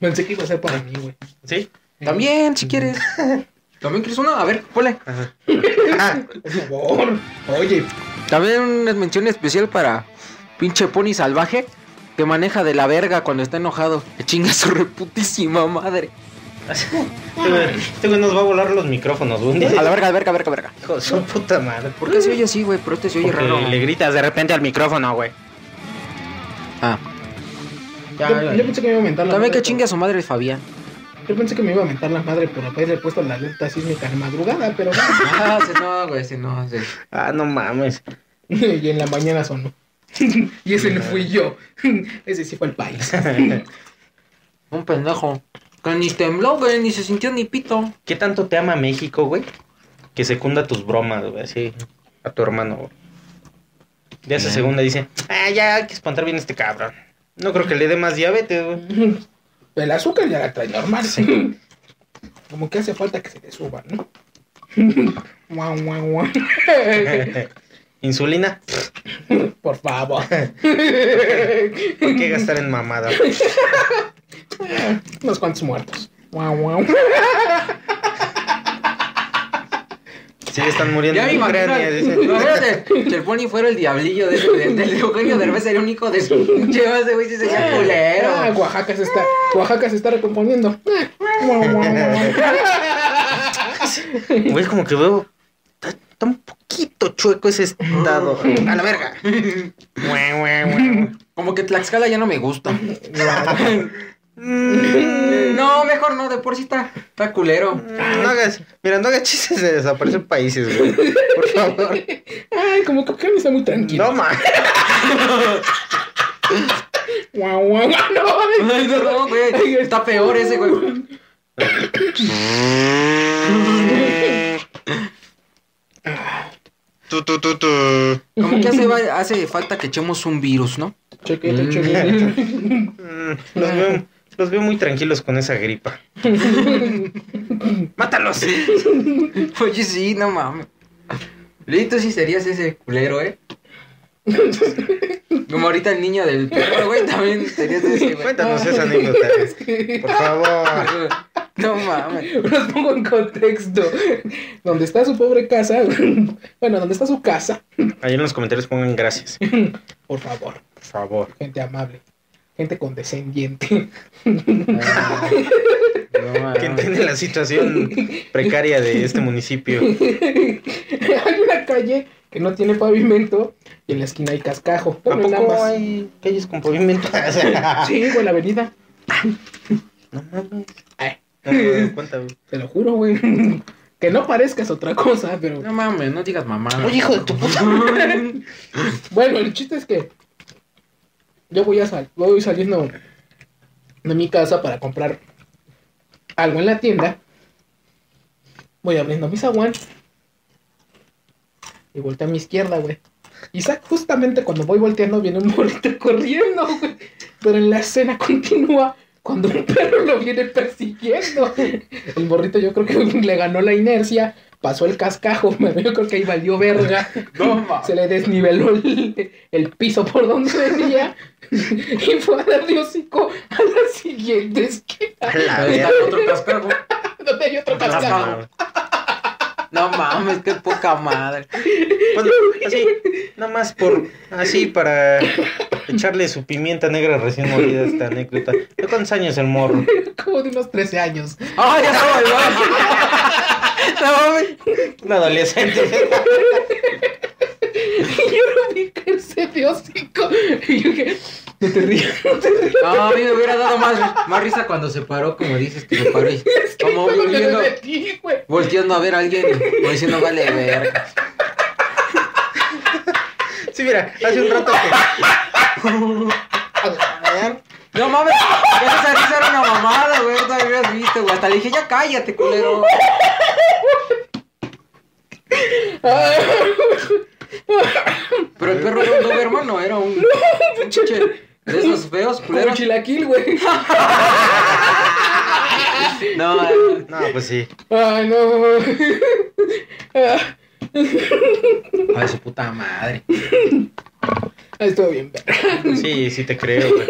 Speaker 1: Pensé que iba a ser para mí, güey.
Speaker 2: ¿Sí?
Speaker 3: También, si quieres. ¿También quieres uno? A ver, ponle.
Speaker 2: Ajá. Ah.
Speaker 1: Por favor. Oye,
Speaker 3: También una mención especial para pinche pony salvaje que maneja de la verga cuando está enojado. Que chinga su reputísima madre.
Speaker 2: Este güey- este güey nos va a volar los micrófonos, güey.
Speaker 3: A la verga, a la verga, a la verga, a la verga.
Speaker 2: Hijo de su puta madre.
Speaker 3: ¿Por qué se oye así, güey? Pero este se oye
Speaker 2: Porque
Speaker 3: raro.
Speaker 2: le gritas de repente al micrófono, güey.
Speaker 3: Ah.
Speaker 2: Ya,
Speaker 1: yo,
Speaker 2: ya,
Speaker 1: yo
Speaker 2: ya.
Speaker 1: pensé que me iba a aumentar la
Speaker 3: También
Speaker 1: madre
Speaker 3: que chingue a su madre el Fabián.
Speaker 1: por- Yo pensé que me iba a aumentar la madre por haberle puesto la alerta sísmica de madrugada, pero bueno.
Speaker 3: Ah, ese no, güey, ese no. ese-
Speaker 2: Ah, no mames.
Speaker 1: y en la mañana sonó. y ese no fui yo. ese sí fue el país.
Speaker 3: Un pendejo. Que ni tembló, güey, ni se sintió ni pito.
Speaker 2: ¿Qué tanto te ama México, güey? Que secunda tus bromas, güey, así. A tu hermano, güey. Ya esa
Speaker 3: Bien.
Speaker 2: segunda dice, ah, ya hay que espantar bien a este cabrón. No creo que le dé más diabetes, güey.
Speaker 1: El azúcar ya la trae normal. Como que hace falta que se le suba, ¿no? Guau, guau, guau.
Speaker 2: Insulina,
Speaker 1: Por favor.
Speaker 2: ¿por qué gastar en mamada?
Speaker 1: Unos cuantos muertos. Guau, guau.
Speaker 2: Sí, están muriendo en Ucrania, dice.
Speaker 3: Imagínate, si el Pony fuera el diablillo de, de, del Eugenio Derbez, sería un hijo de su... Llevas, güey, si sería culero.
Speaker 1: Ah, Oaxaca se está, Oaxaca se está recomponiendo. Ah, Guau, guau, guau.
Speaker 2: Güey, como que veo. Está, está un poquito chueco ese estado. A la verga. Güey, güey, güey.
Speaker 3: Como que Tlaxcala ya no me gusta.
Speaker 2: Mm,
Speaker 3: No, mejor no, de por sí está, está culero.
Speaker 2: Ah, No hagas, mira, no hagas chistes de desaparecer países, güey. Por favor.
Speaker 1: Ay, como que Oaxaca está muy
Speaker 2: No
Speaker 1: tranquilo.
Speaker 2: mames.
Speaker 1: Guau, guau, guau. No,
Speaker 3: Ay, no, güey, está peor ese, güey.
Speaker 2: Tu, tu, tu, tu.
Speaker 3: Como que hace, va- hace falta que echemos un virus, ¿no?
Speaker 1: Chequete,
Speaker 3: Mm.
Speaker 1: chequete.
Speaker 2: Mm, Los veo, los veo muy tranquilos con esa gripa. ¡Mátalos!
Speaker 3: Oye, sí, no mames. Listo, si serías ese culero, ¿eh? Como ahorita el niño del perro, güey, también serías ese, güey.
Speaker 2: Cuéntanos esa anécdota. Por favor.
Speaker 3: No mames.
Speaker 1: Los pongo en contexto. Donde está su pobre casa. Bueno, donde está su casa.
Speaker 2: Ahí en los comentarios pongan gracias.
Speaker 1: Por favor,
Speaker 2: Por favor.
Speaker 1: gente amable. Gente condescendiente.
Speaker 3: No
Speaker 2: Que entiende la situación precaria de este municipio.
Speaker 1: hay una calle que no tiene pavimento y en la esquina hay cascajo.
Speaker 2: ¿A
Speaker 1: Bueno, en
Speaker 2: poco
Speaker 1: ambas.
Speaker 2: hay calles con pavimento? O sea,
Speaker 1: Sí, güey, la avenida.
Speaker 2: no mames.
Speaker 1: Ay,
Speaker 2: No me había dado cuenta, güey.
Speaker 1: te lo juro, güey. Que no parezcas otra cosa, pero.
Speaker 3: No mames, no digas mamada.
Speaker 2: Oye, hijo de tu puta.
Speaker 1: Bueno, el chiste es que yo voy a sal voy saliendo de mi casa para comprar algo en la tienda. Voy abriendo mi zaguán. Y volteo a mi izquierda, güey. Y sa- justamente cuando voy volteando viene un morrito corriendo, güey. Pero en la escena continúa cuando un perro lo viene persiguiendo. El morrito yo creo que le ganó la inercia. Pasó el cascajo, pero yo creo que ahí valió verga.
Speaker 3: No mames.
Speaker 1: Se le desniveló el, el piso por donde venía y fue a darle hocico a la siguiente esquina
Speaker 2: A la
Speaker 3: Ahí está
Speaker 2: verga.
Speaker 3: otro cascajo.
Speaker 1: donde hay otro
Speaker 2: No
Speaker 1: cascajo.
Speaker 2: mames.
Speaker 3: No mames, qué poca madre.
Speaker 2: Pues, así, nada más por. Así para echarle su pimienta negra recién molida a esta anécdota. ¿De cuántos años el morro?
Speaker 1: Como de unos 13 años.
Speaker 3: ¡Ay, ya estaba el baño! No mames.
Speaker 2: Un adolescente.
Speaker 1: Y yo lo vi crecer de hocico. Y yo dije, no te rías, no te rías.
Speaker 3: No, a mí me hubiera dado más, más risa cuando se paró, como dices que se paró. y-
Speaker 1: Es que
Speaker 3: Como
Speaker 1: fue lo que me
Speaker 3: viendo,
Speaker 1: metí, güey.
Speaker 3: volteando a ver a alguien o diciendo, vale, verga.
Speaker 2: Sí, mira, hace un rato que.
Speaker 3: No mames, esa risa era una mamada, güey. No me hubieras visto, güey. Hasta le dije, ya cállate, culero.
Speaker 1: Ay,
Speaker 3: Pero el perro era un Doberman, no era un.
Speaker 1: pinche-
Speaker 3: pinche De esos feos,
Speaker 1: Como
Speaker 3: culeros.
Speaker 1: chilaquil, güey.
Speaker 3: No, no,
Speaker 2: No, pues sí.
Speaker 1: Ay, no. Ah,
Speaker 3: no. Ay, su puta madre.
Speaker 1: Estuvo bien, verga.
Speaker 2: Sí, sí te creo, güey.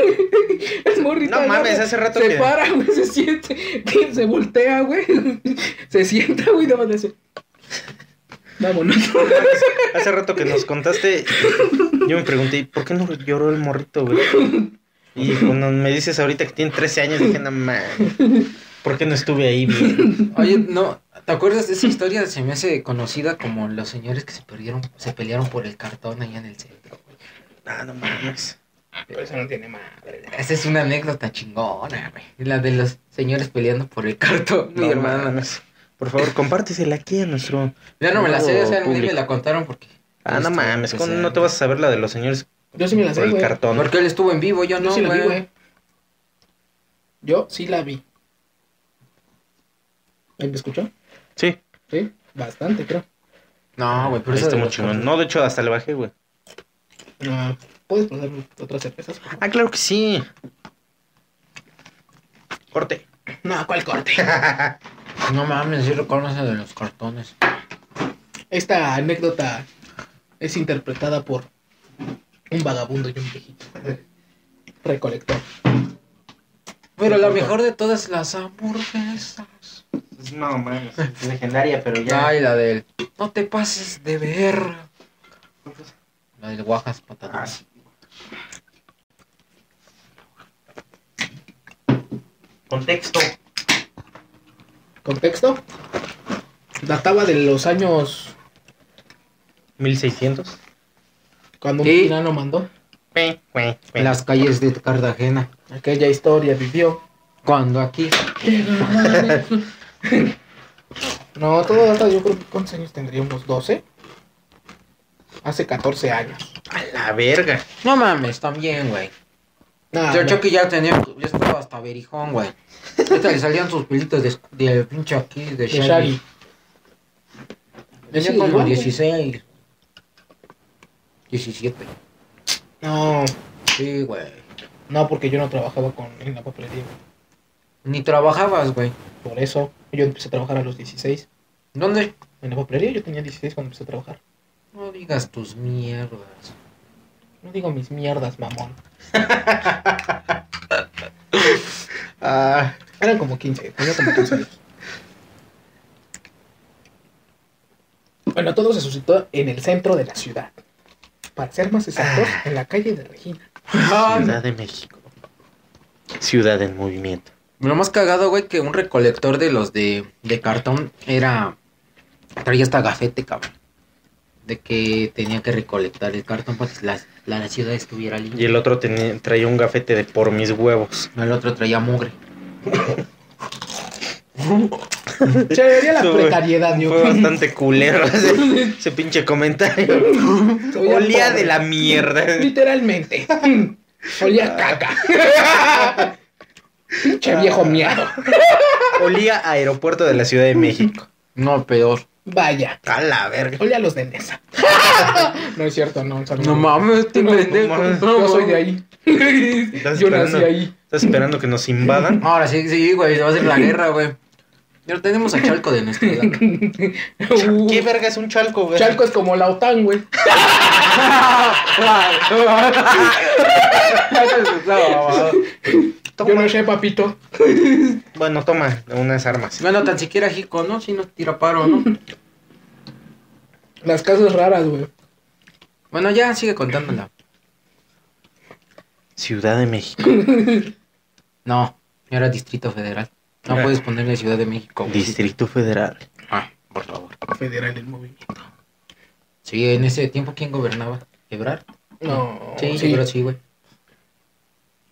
Speaker 1: Es morrito.
Speaker 2: No
Speaker 1: al lado,
Speaker 2: mames, hace rato
Speaker 1: se
Speaker 2: que-
Speaker 1: para, güey, se siente, se voltea, güey. Se sienta, güey, nada más le hace. Vámonos.
Speaker 2: Hace rato que nos contaste, yo me pregunté, ¿por qué no lloró el morrito, güey? Y cuando me dices ahorita que tiene 13 años, dije, no mames, ¿por qué no estuve ahí, güey?
Speaker 3: Oye, no. ¿Te acuerdas de esa historia? Se me hace conocida como los señores que se perdieron, se pelearon por el cartón allá en el centro.
Speaker 2: Ah, no mames.
Speaker 1: Pero eso no tiene madre.
Speaker 3: Esa es una anécdota chingona, güey. La de los señores peleando por el cartón, mi
Speaker 2: No
Speaker 3: hermana.
Speaker 2: mames. Por favor, compártesela aquí a nuestro.
Speaker 3: Ya no me la sé, o sea, a mí
Speaker 2: Público.
Speaker 3: me la contaron porque.
Speaker 2: Ah, no
Speaker 3: Este,
Speaker 2: mames,
Speaker 3: pues,
Speaker 2: ¿cómo
Speaker 3: eh,
Speaker 2: no te vas a saber la de los señores
Speaker 1: Yo sí me la
Speaker 2: por
Speaker 1: sé,
Speaker 2: el
Speaker 1: güey.
Speaker 2: cartón?
Speaker 3: Porque él estuvo en vivo, yo
Speaker 1: Yo
Speaker 3: no,
Speaker 1: sí la vi,
Speaker 3: güey.
Speaker 1: güey. Yo sí la vi. ¿Ahí me escuchó?
Speaker 2: Sí,
Speaker 1: Sí, bastante, creo.
Speaker 3: No, güey, pero
Speaker 2: ahí
Speaker 3: eso
Speaker 2: está
Speaker 3: de
Speaker 2: muy
Speaker 3: los
Speaker 2: chingón.
Speaker 3: cartones.
Speaker 2: No, de hecho, hasta le bajé, güey.
Speaker 1: Ah, ¿Puedes pasarme otras cervezas? por favor?
Speaker 2: Ah, claro que sí. Corte.
Speaker 1: No, ¿cuál corte?
Speaker 3: No mames, sí recuerdo esa de los cartones.
Speaker 1: Esta anécdota es interpretada por un vagabundo y un viejito. Recolector.
Speaker 3: Pero la mejor de todas las hamburguesas.
Speaker 2: No mames, es legendaria, pero
Speaker 3: Ay, la del. No te pases de ver. La del guajas
Speaker 2: Ah,
Speaker 3: patatas.
Speaker 2: Contexto.
Speaker 1: ¿Contexto? Databa de los años
Speaker 2: 1600.
Speaker 1: cuando un
Speaker 3: Sí.
Speaker 1: tirano mandó.
Speaker 2: Cue, cue, cue.
Speaker 3: En las calles de Cartagena.
Speaker 1: Aquella historia vivió.
Speaker 3: Cuando aquí.
Speaker 1: No, todo hasta yo creo que cuántos años tendríamos, 12. Hace 14 años.
Speaker 2: A la verga.
Speaker 3: No mames, también, güey.
Speaker 1: Nah,
Speaker 3: Yo
Speaker 1: Ah, no.
Speaker 3: Chucky ya tenía. Ya estaba hasta verijón, güey. Ahorita le salían sus pelitos de, del pinche aquí de
Speaker 1: De
Speaker 3: Shaggy.
Speaker 1: Shaggy.
Speaker 3: Tenía
Speaker 1: Sí,
Speaker 3: como
Speaker 1: igual, güey.
Speaker 3: 16. 17.
Speaker 1: No,
Speaker 3: Sí, güey.
Speaker 1: no, porque yo no trabajaba con, en la papelería.
Speaker 3: Ni trabajabas, güey.
Speaker 1: Por eso yo empecé a trabajar a los 16.
Speaker 3: ¿Dónde?
Speaker 1: En la papelería yo tenía 16 cuando empecé a trabajar.
Speaker 3: No digas tus mierdas.
Speaker 1: No digo mis mierdas, mamón.
Speaker 2: Ah,
Speaker 1: Eran como 15, tenía como 15 años. Bueno, todo se suscitó en el centro de la ciudad. Para ser más exactos,
Speaker 2: Ah.
Speaker 1: en la calle de Regina.
Speaker 2: Ciudad de México. Ciudad en movimiento.
Speaker 3: Lo más cagado, güey, que un recolector de los de, de cartón era. Traía esta gafete, cabrón. De que tenía que recolectar el cartón para que la, la ciudad estuviera
Speaker 2: Y
Speaker 3: limpia.
Speaker 2: el otro tenía- traía un gafete de por mis huevos.
Speaker 3: El otro traía mugre.
Speaker 1: Se veía la
Speaker 2: Fue-
Speaker 1: precariedad, yo
Speaker 2: Fue bastante culero ese, ese pinche comentario.
Speaker 1: Se veía
Speaker 2: Olía
Speaker 1: pobre.
Speaker 2: de la mierda.
Speaker 1: Literalmente. Olía a
Speaker 2: Ah.
Speaker 1: caca. Pinche viejo miado.
Speaker 2: Olía a aeropuerto de la Ciudad de México.
Speaker 3: No, peor.
Speaker 1: Vaya.
Speaker 2: A la verga.
Speaker 1: Olía a los de Nesa. no es cierto, no. un saludo.
Speaker 3: No mames, te
Speaker 1: No,
Speaker 3: pendejo.
Speaker 2: no mames,
Speaker 3: no
Speaker 1: Yo soy
Speaker 3: mames.
Speaker 1: de ahí.
Speaker 2: Estás
Speaker 1: Yo nací
Speaker 2: esperando.
Speaker 1: ahí.
Speaker 2: ¿Estás esperando que nos invadan?
Speaker 3: Ahora sí, sí, güey, se va a hacer la guerra, güey. Pero tenemos a Chalco de nuestro lado.
Speaker 1: Uh,
Speaker 2: ¿Qué verga es un chalco, güey?
Speaker 1: Chalco es como la OTAN, güey. Yo no sé, papito.
Speaker 2: Bueno, toma unas armas.
Speaker 3: Bueno, tan siquiera Jico, ¿no? Si nos tira paro, ¿no?
Speaker 1: Las casas raras, güey.
Speaker 3: Bueno, ya sigue contándola.
Speaker 2: Ciudad de México.
Speaker 3: No, era Distrito Federal. No
Speaker 2: Ah.
Speaker 3: puedes ponerle Ciudad de México. güey.
Speaker 2: Distrito Federal.
Speaker 3: Ah, por favor.
Speaker 1: Federal el movimiento.
Speaker 3: Sí, en ese tiempo, ¿quién gobernaba? ¿Ebrar?
Speaker 1: No.
Speaker 3: Sí,
Speaker 1: sí,
Speaker 3: Ebrard sí, güey.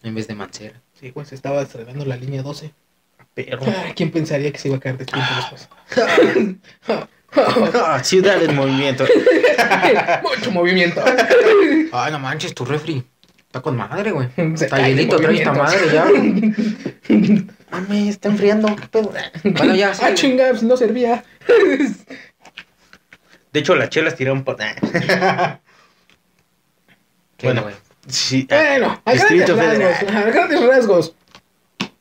Speaker 3: En vez de Mancera.
Speaker 1: sí, güey, se estaba estrenando la línea 12.
Speaker 2: Perro.
Speaker 1: Ah, ¿Quién pensaría que se iba a caer de tiempo después?
Speaker 2: Ah, ciudad en movimiento.
Speaker 1: Mucho movimiento.
Speaker 3: Ah, no manches, tu refri. Está con madre, güey.
Speaker 1: Se
Speaker 3: Está
Speaker 1: cae el
Speaker 3: llenito, trae esta madre
Speaker 1: movimiento.
Speaker 3: ya.
Speaker 2: Mami, Ah, está enfriando. ¿Qué pedo?
Speaker 3: Bueno, ya,
Speaker 1: Ah,
Speaker 3: sí.
Speaker 1: chingas, no servía.
Speaker 2: De hecho, las chelas tiraron por. Bueno.
Speaker 3: güey.
Speaker 2: Sí, ah,
Speaker 1: Bueno, a grandes,
Speaker 2: Distrito
Speaker 1: rasgos, a grandes rasgos.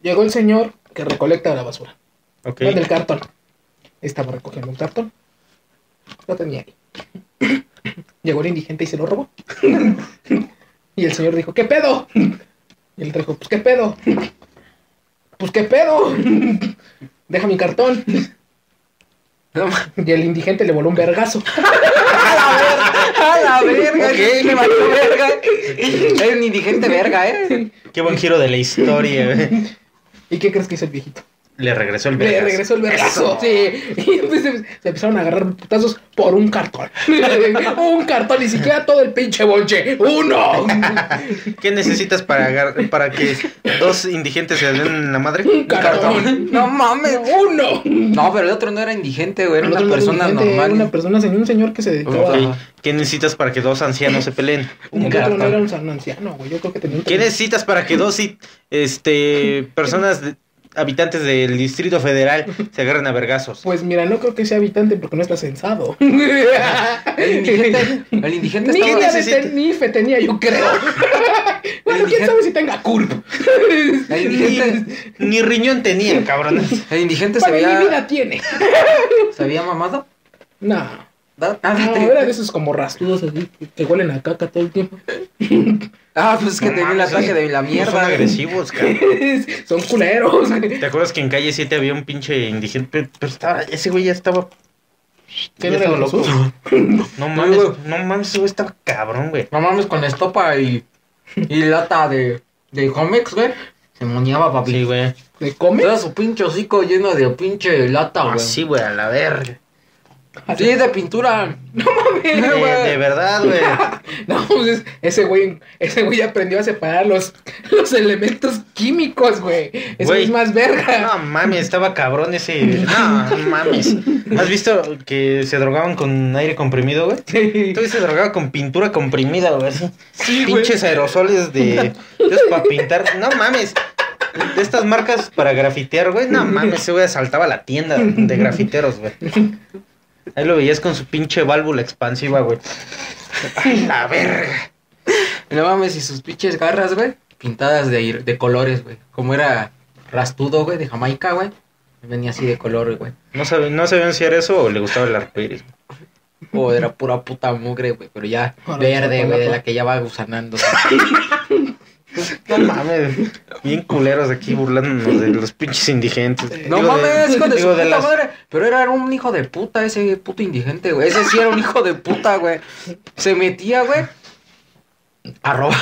Speaker 1: Llegó el señor que recolecta la basura.
Speaker 2: ok.
Speaker 1: No, del cartón. Estaba recogiendo un cartón. Lo tenía ahí. Llegó el indigente y se lo robó. y el señor dijo, ¿qué pedo? Y él dijo, pues qué pedo. Pues qué pedo. Deja mi cartón.
Speaker 3: No ma-
Speaker 1: Y el indigente le voló un vergazo.
Speaker 3: A la verga, que le valió verga. Es un indigente verga, eh.
Speaker 2: Qué buen giro de la historia. güey.
Speaker 1: ¿Y qué crees que hizo el viejito?
Speaker 2: Le regresó el
Speaker 1: Le
Speaker 2: vergas.
Speaker 1: regresó el vergazo.
Speaker 2: Eso.
Speaker 1: Sí. Y entonces se empezaron a agarrar putazos por un cartón. un cartón, ni siquiera todo el pinche bonche. ¡Uno!
Speaker 2: ¿Qué necesitas para, agar- para que dos indigentes se den la madre?
Speaker 1: Un cartón.
Speaker 3: No mames.
Speaker 1: ¡Uno!
Speaker 3: No, pero el otro no era indigente, güey. Era
Speaker 1: El otro
Speaker 3: una
Speaker 1: era
Speaker 3: persona
Speaker 1: indigente,
Speaker 3: normal.
Speaker 1: Una persona, un señor que se dedicaba
Speaker 2: Ok.
Speaker 1: a...
Speaker 2: ¿Qué necesitas para que dos ancianos se peleen?
Speaker 1: Un
Speaker 3: Un
Speaker 1: cartón. no
Speaker 3: cartón.
Speaker 1: era un san- anciano, güey. Yo creo que tenía un...
Speaker 2: ¿Qué necesitas para que dos i- este, personas de- habitantes del Distrito Federal se agarren a vergazos?
Speaker 1: Pues mira, no creo que sea habitante porque no está censado.
Speaker 3: El indigente, el indigente
Speaker 1: Ni
Speaker 3: estaba.
Speaker 1: idea de
Speaker 2: necesita-
Speaker 1: ten- ni IFE tenía, yo creo. bueno, quién
Speaker 3: Eligen-
Speaker 1: sabe si tenga curp.
Speaker 3: El
Speaker 2: Ni,
Speaker 3: indigente,
Speaker 2: ni riñón tenía, cabrones.
Speaker 3: el indigente se
Speaker 1: Para mi
Speaker 3: había,
Speaker 1: vida tiene.
Speaker 3: se había mamado.
Speaker 1: No,
Speaker 3: Da- ah,
Speaker 1: no,
Speaker 3: ábrete.
Speaker 1: era de esos como rastudos así, que- que huelen a caca todo el tiempo.
Speaker 3: Ah, pues es que
Speaker 2: No
Speaker 3: tenía el
Speaker 2: mames,
Speaker 3: ataque de la
Speaker 2: No son
Speaker 3: mierda.
Speaker 2: agresivos, cabrón.
Speaker 1: Son culeros.
Speaker 2: ¿Te acuerdas que en calle 7 había un pinche indigente? Pero, pero estaba, ese güey ya estaba. ya
Speaker 1: ¿Qué no era
Speaker 2: estaba
Speaker 1: el
Speaker 2: loco.
Speaker 1: Jesús?
Speaker 2: No
Speaker 3: No,
Speaker 2: mames,
Speaker 3: güey.
Speaker 2: no mames, ese güey estaba cabrón, güey.
Speaker 3: No mames, con estopa y, y lata de, de cómics, güey. Se moñaba, papi.
Speaker 2: Sí, güey.
Speaker 1: ¿De come?
Speaker 3: Era su pinche hocico lleno de pinche lata, güey.
Speaker 2: Así, Ah, güey, a la verga.
Speaker 3: Sí, de pintura.
Speaker 2: De,
Speaker 3: Sí, güey.
Speaker 2: eh, de verdad, güey.
Speaker 1: No, pues es- ese güey, ese güey aprendió a separar los, los elementos químicos, güey. Ese
Speaker 2: Güey.
Speaker 1: güey es más verga.
Speaker 2: No mames, estaba cabrón ese. No mames. ¿Has visto que se drogaban con aire comprimido, güey?
Speaker 1: Sí.
Speaker 2: Entonces se drogaba con pintura comprimida, güey. así.
Speaker 1: Sí, güey.
Speaker 2: Pinches aerosoles de. para pintar. No mames. De estas marcas para grafitear, güey. No mames, ese güey asaltaba la tienda de grafiteros, güey. Ahí lo veías con su pinche válvula expansiva, güey. Ay, la verga.
Speaker 3: No mames, y sus pinches garras, güey. Pintadas de, ir- de colores, güey. Como era rastudo, güey, de Jamaica, güey. Venía así de color, güey.
Speaker 2: No, sabe, no sabían si era eso o le gustaba el arcoíris.
Speaker 3: O era pura puta mugre, güey. Pero ya
Speaker 1: Ahora
Speaker 3: verde,
Speaker 1: está
Speaker 3: güey, de
Speaker 1: guapo.
Speaker 3: la que ya va gusanando.
Speaker 2: No mames. Bien culeros aquí burlándonos de los pinches indigentes.
Speaker 3: No
Speaker 2: Eh, Digo, de-
Speaker 3: mames, hijo de su
Speaker 2: digo,
Speaker 3: puta
Speaker 2: las-
Speaker 3: madre. Pero era un hijo de puta ese puto indigente, güey. Ese sí era un hijo de puta, güey. Se metía, güey. A robar.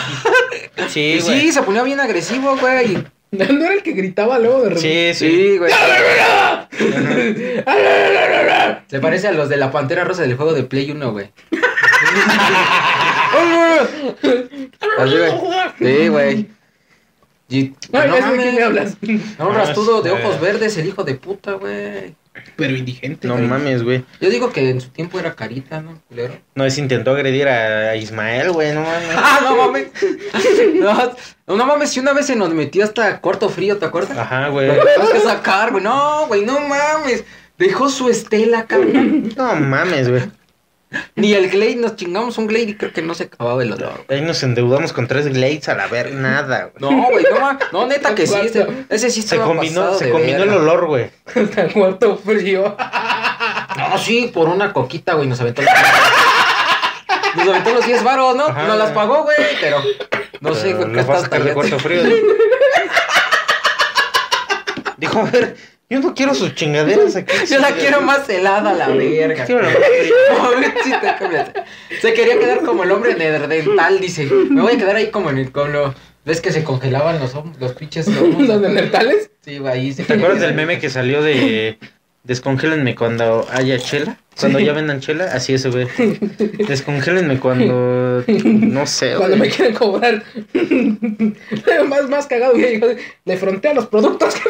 Speaker 2: Sí,
Speaker 3: Y
Speaker 2: güey.
Speaker 3: sí, se ponía bien agresivo, güey. y-
Speaker 1: No, no era el que gritaba luego de repente.
Speaker 2: Sí, sí.
Speaker 3: Sí, güey. Se parece a los de la Pantera Rosa del juego de Play 1, güey. Así, güey. Sí, güey. Y-
Speaker 1: No, ya sé de
Speaker 3: mames.
Speaker 1: quién me hablas.
Speaker 3: Era
Speaker 2: No,
Speaker 3: un rastudo de
Speaker 2: este-
Speaker 3: ojos verdes, el hijo de puta, güey.
Speaker 1: Pero indigente.
Speaker 2: No
Speaker 1: güey.
Speaker 2: mames, güey.
Speaker 3: Yo digo que en su tiempo era carita, ¿no? Culero.
Speaker 2: No, es intentó agredir a Ismael, güey, no mames.
Speaker 3: Ah, no mames. No, no mames, si una vez se nos metió hasta cuarto frío, ¿te acuerdas?
Speaker 2: Ajá, güey.
Speaker 3: Lo tuvimos que sacar, güey. No, güey, no mames. Dejó su estela, cabrón.
Speaker 2: No mames, güey.
Speaker 3: Ni el Glade, nos chingamos un Glade y creo que no se acababa el olor.
Speaker 2: Ahí nos endeudamos con tres Glades a la ver nada, güey.
Speaker 3: No, güey, no mames. No, neta que sí. Ese, ese sí
Speaker 2: Se
Speaker 3: estaba
Speaker 2: combinó,
Speaker 3: pasado
Speaker 2: se
Speaker 3: de
Speaker 2: combinó el
Speaker 3: verga.
Speaker 2: olor, güey.
Speaker 1: Está muerto frío.
Speaker 3: No, sí, por una coquita, güey, nos aventó los... Nos aventó los 10 varos, ¿no?
Speaker 2: Ajá.
Speaker 3: Nos las pagó, güey, pero... No sé,
Speaker 2: Pero
Speaker 3: güey,
Speaker 2: lo
Speaker 3: qué
Speaker 2: va a
Speaker 3: estás
Speaker 2: sacar de cuarto frío. Dijo, a ver, yo no quiero sus chingaderas aquí.
Speaker 3: Yo la quiero más helada, la verga.
Speaker 2: Quiero la más fría.
Speaker 3: No, güey, sí, te cambias. Se quería quedar como el hombre neandertal, dice. Me voy a quedar ahí como en el colo. ¿Ves que se congelaban los, hom- los pinches lomos?
Speaker 1: Los neandertales.
Speaker 3: Sí, güey, ahí se
Speaker 2: ¿Te acuerdas del
Speaker 3: quería
Speaker 2: meme que salió de Descongélenme cuando haya chela? Cuando ya vendan chela, así es, güey. Descongélenme cuando. No sé,
Speaker 1: Cuando me
Speaker 2: güey.
Speaker 1: quieren cobrar. más, más cagado. güey. Le frontea los productos que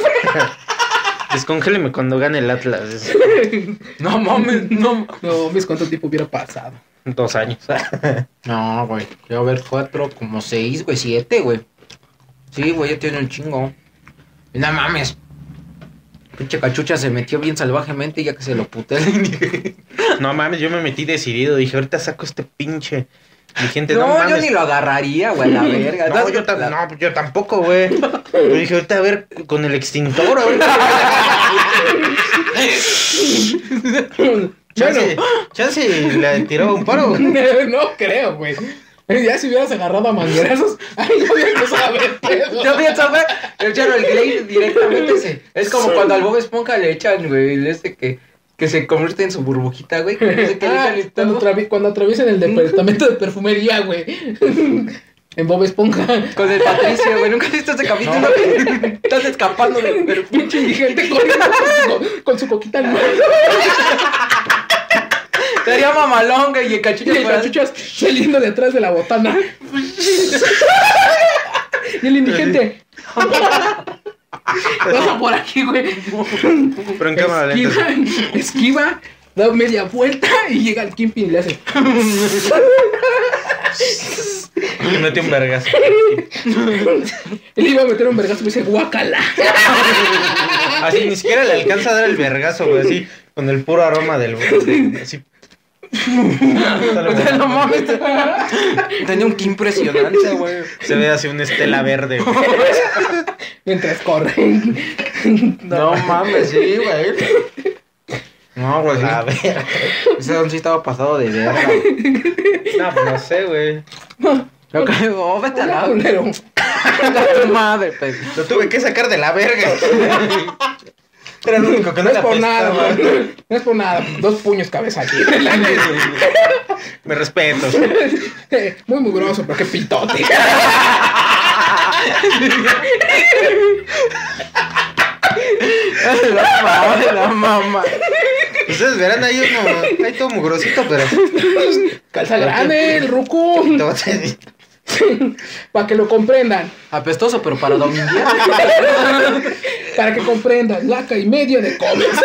Speaker 2: Descongélenme cuando gane el Atlas.
Speaker 1: fue.
Speaker 3: quedar. No mames, no.
Speaker 1: No, ves cuánto tiempo hubiera pasado.
Speaker 2: Dos años.
Speaker 3: No, güey. Yo a ver cuatro, como seis, güey, siete, güey. Sí, güey, ya tiene un chingo. No mames. Pinche cachucha se metió bien salvajemente ya que se lo puté el indigente.
Speaker 2: No mames, yo me metí decidido. Dije, ahorita saco este pinche. Mi gente, no,
Speaker 3: No, yo
Speaker 2: mames.
Speaker 3: ni lo agarraría, güey, la verga.
Speaker 2: No, yo tam- no, pues yo tampoco, güey. Yo dije, ahorita a ver con el extintor, a ver. Chance,
Speaker 1: Bueno,
Speaker 2: chance la tiraba un paro.
Speaker 1: no creo, güey. Ya si hubieras agarrado a manguerazos, ahí ya hubiera empezado a ver pedo.
Speaker 3: Yo pienso, güey, el Gerald Grey directamente se... Es como cuando al Bob Esponja le echan, güey, el este que, que se convierte en su burbujita, güey. Que no sé qué le
Speaker 1: Ah,
Speaker 3: echan y
Speaker 1: cuando,
Speaker 3: todo.
Speaker 1: atravi- cuando atraviesen el departamento de perfumería, güey. En Bob Esponja.
Speaker 3: Con el Patricio, güey. Nunca he visto ese capítulo. Estás escapando de. Pero
Speaker 1: Pinche indigente corriendo con su, co- con su coquita al mar.
Speaker 3: Sería mamalón, güey. Y el
Speaker 1: Y
Speaker 3: cachucha
Speaker 1: el
Speaker 3: fuera así.
Speaker 1: cachuchas saliendo de atrás de la botana. y el indigente. Pasa por aquí, güey.
Speaker 2: Pero en cámara lenta.
Speaker 1: esquiva, esquiva, da media vuelta y llega al Kimpin y le hace.
Speaker 2: Le metió un vergazo.
Speaker 1: Él iba a meter un vergazo y me dice, guacala.
Speaker 2: Así ni siquiera le alcanza a dar el vergazo, güey. Así, con el puro aroma del. Así.
Speaker 3: O sea, no mames. Tenía un ki impresionante, güey.
Speaker 2: Se ve así una estela verde, güey.
Speaker 1: Mientras corre.
Speaker 3: No mames, sí, güey.
Speaker 2: No, güey. A ver.
Speaker 3: Ese don sí estaba pasado de verga. güey.
Speaker 2: No, pues no sé, güey.
Speaker 3: No, que- oh, vete a
Speaker 1: Hola,
Speaker 3: la
Speaker 1: culero.
Speaker 3: verga, tu madre, pues.
Speaker 2: Lo tuve que sacar de la verga. Era lo único que no
Speaker 1: No es
Speaker 2: le
Speaker 1: por nada,
Speaker 2: apestaba.
Speaker 1: güey. No es por nada. Dos puños cabeza aquí.
Speaker 2: Me respeto.
Speaker 1: Muy mugroso, pero qué pitote.
Speaker 3: La madre, la mamá.
Speaker 2: Ustedes verán ahí uno. Ahí todo mugrosito, pero.
Speaker 1: Calza grande, el ruco. Para que lo comprendan.
Speaker 3: Apestoso, pero para dominguear.
Speaker 1: Para que comprendan. Laca y media de cómics.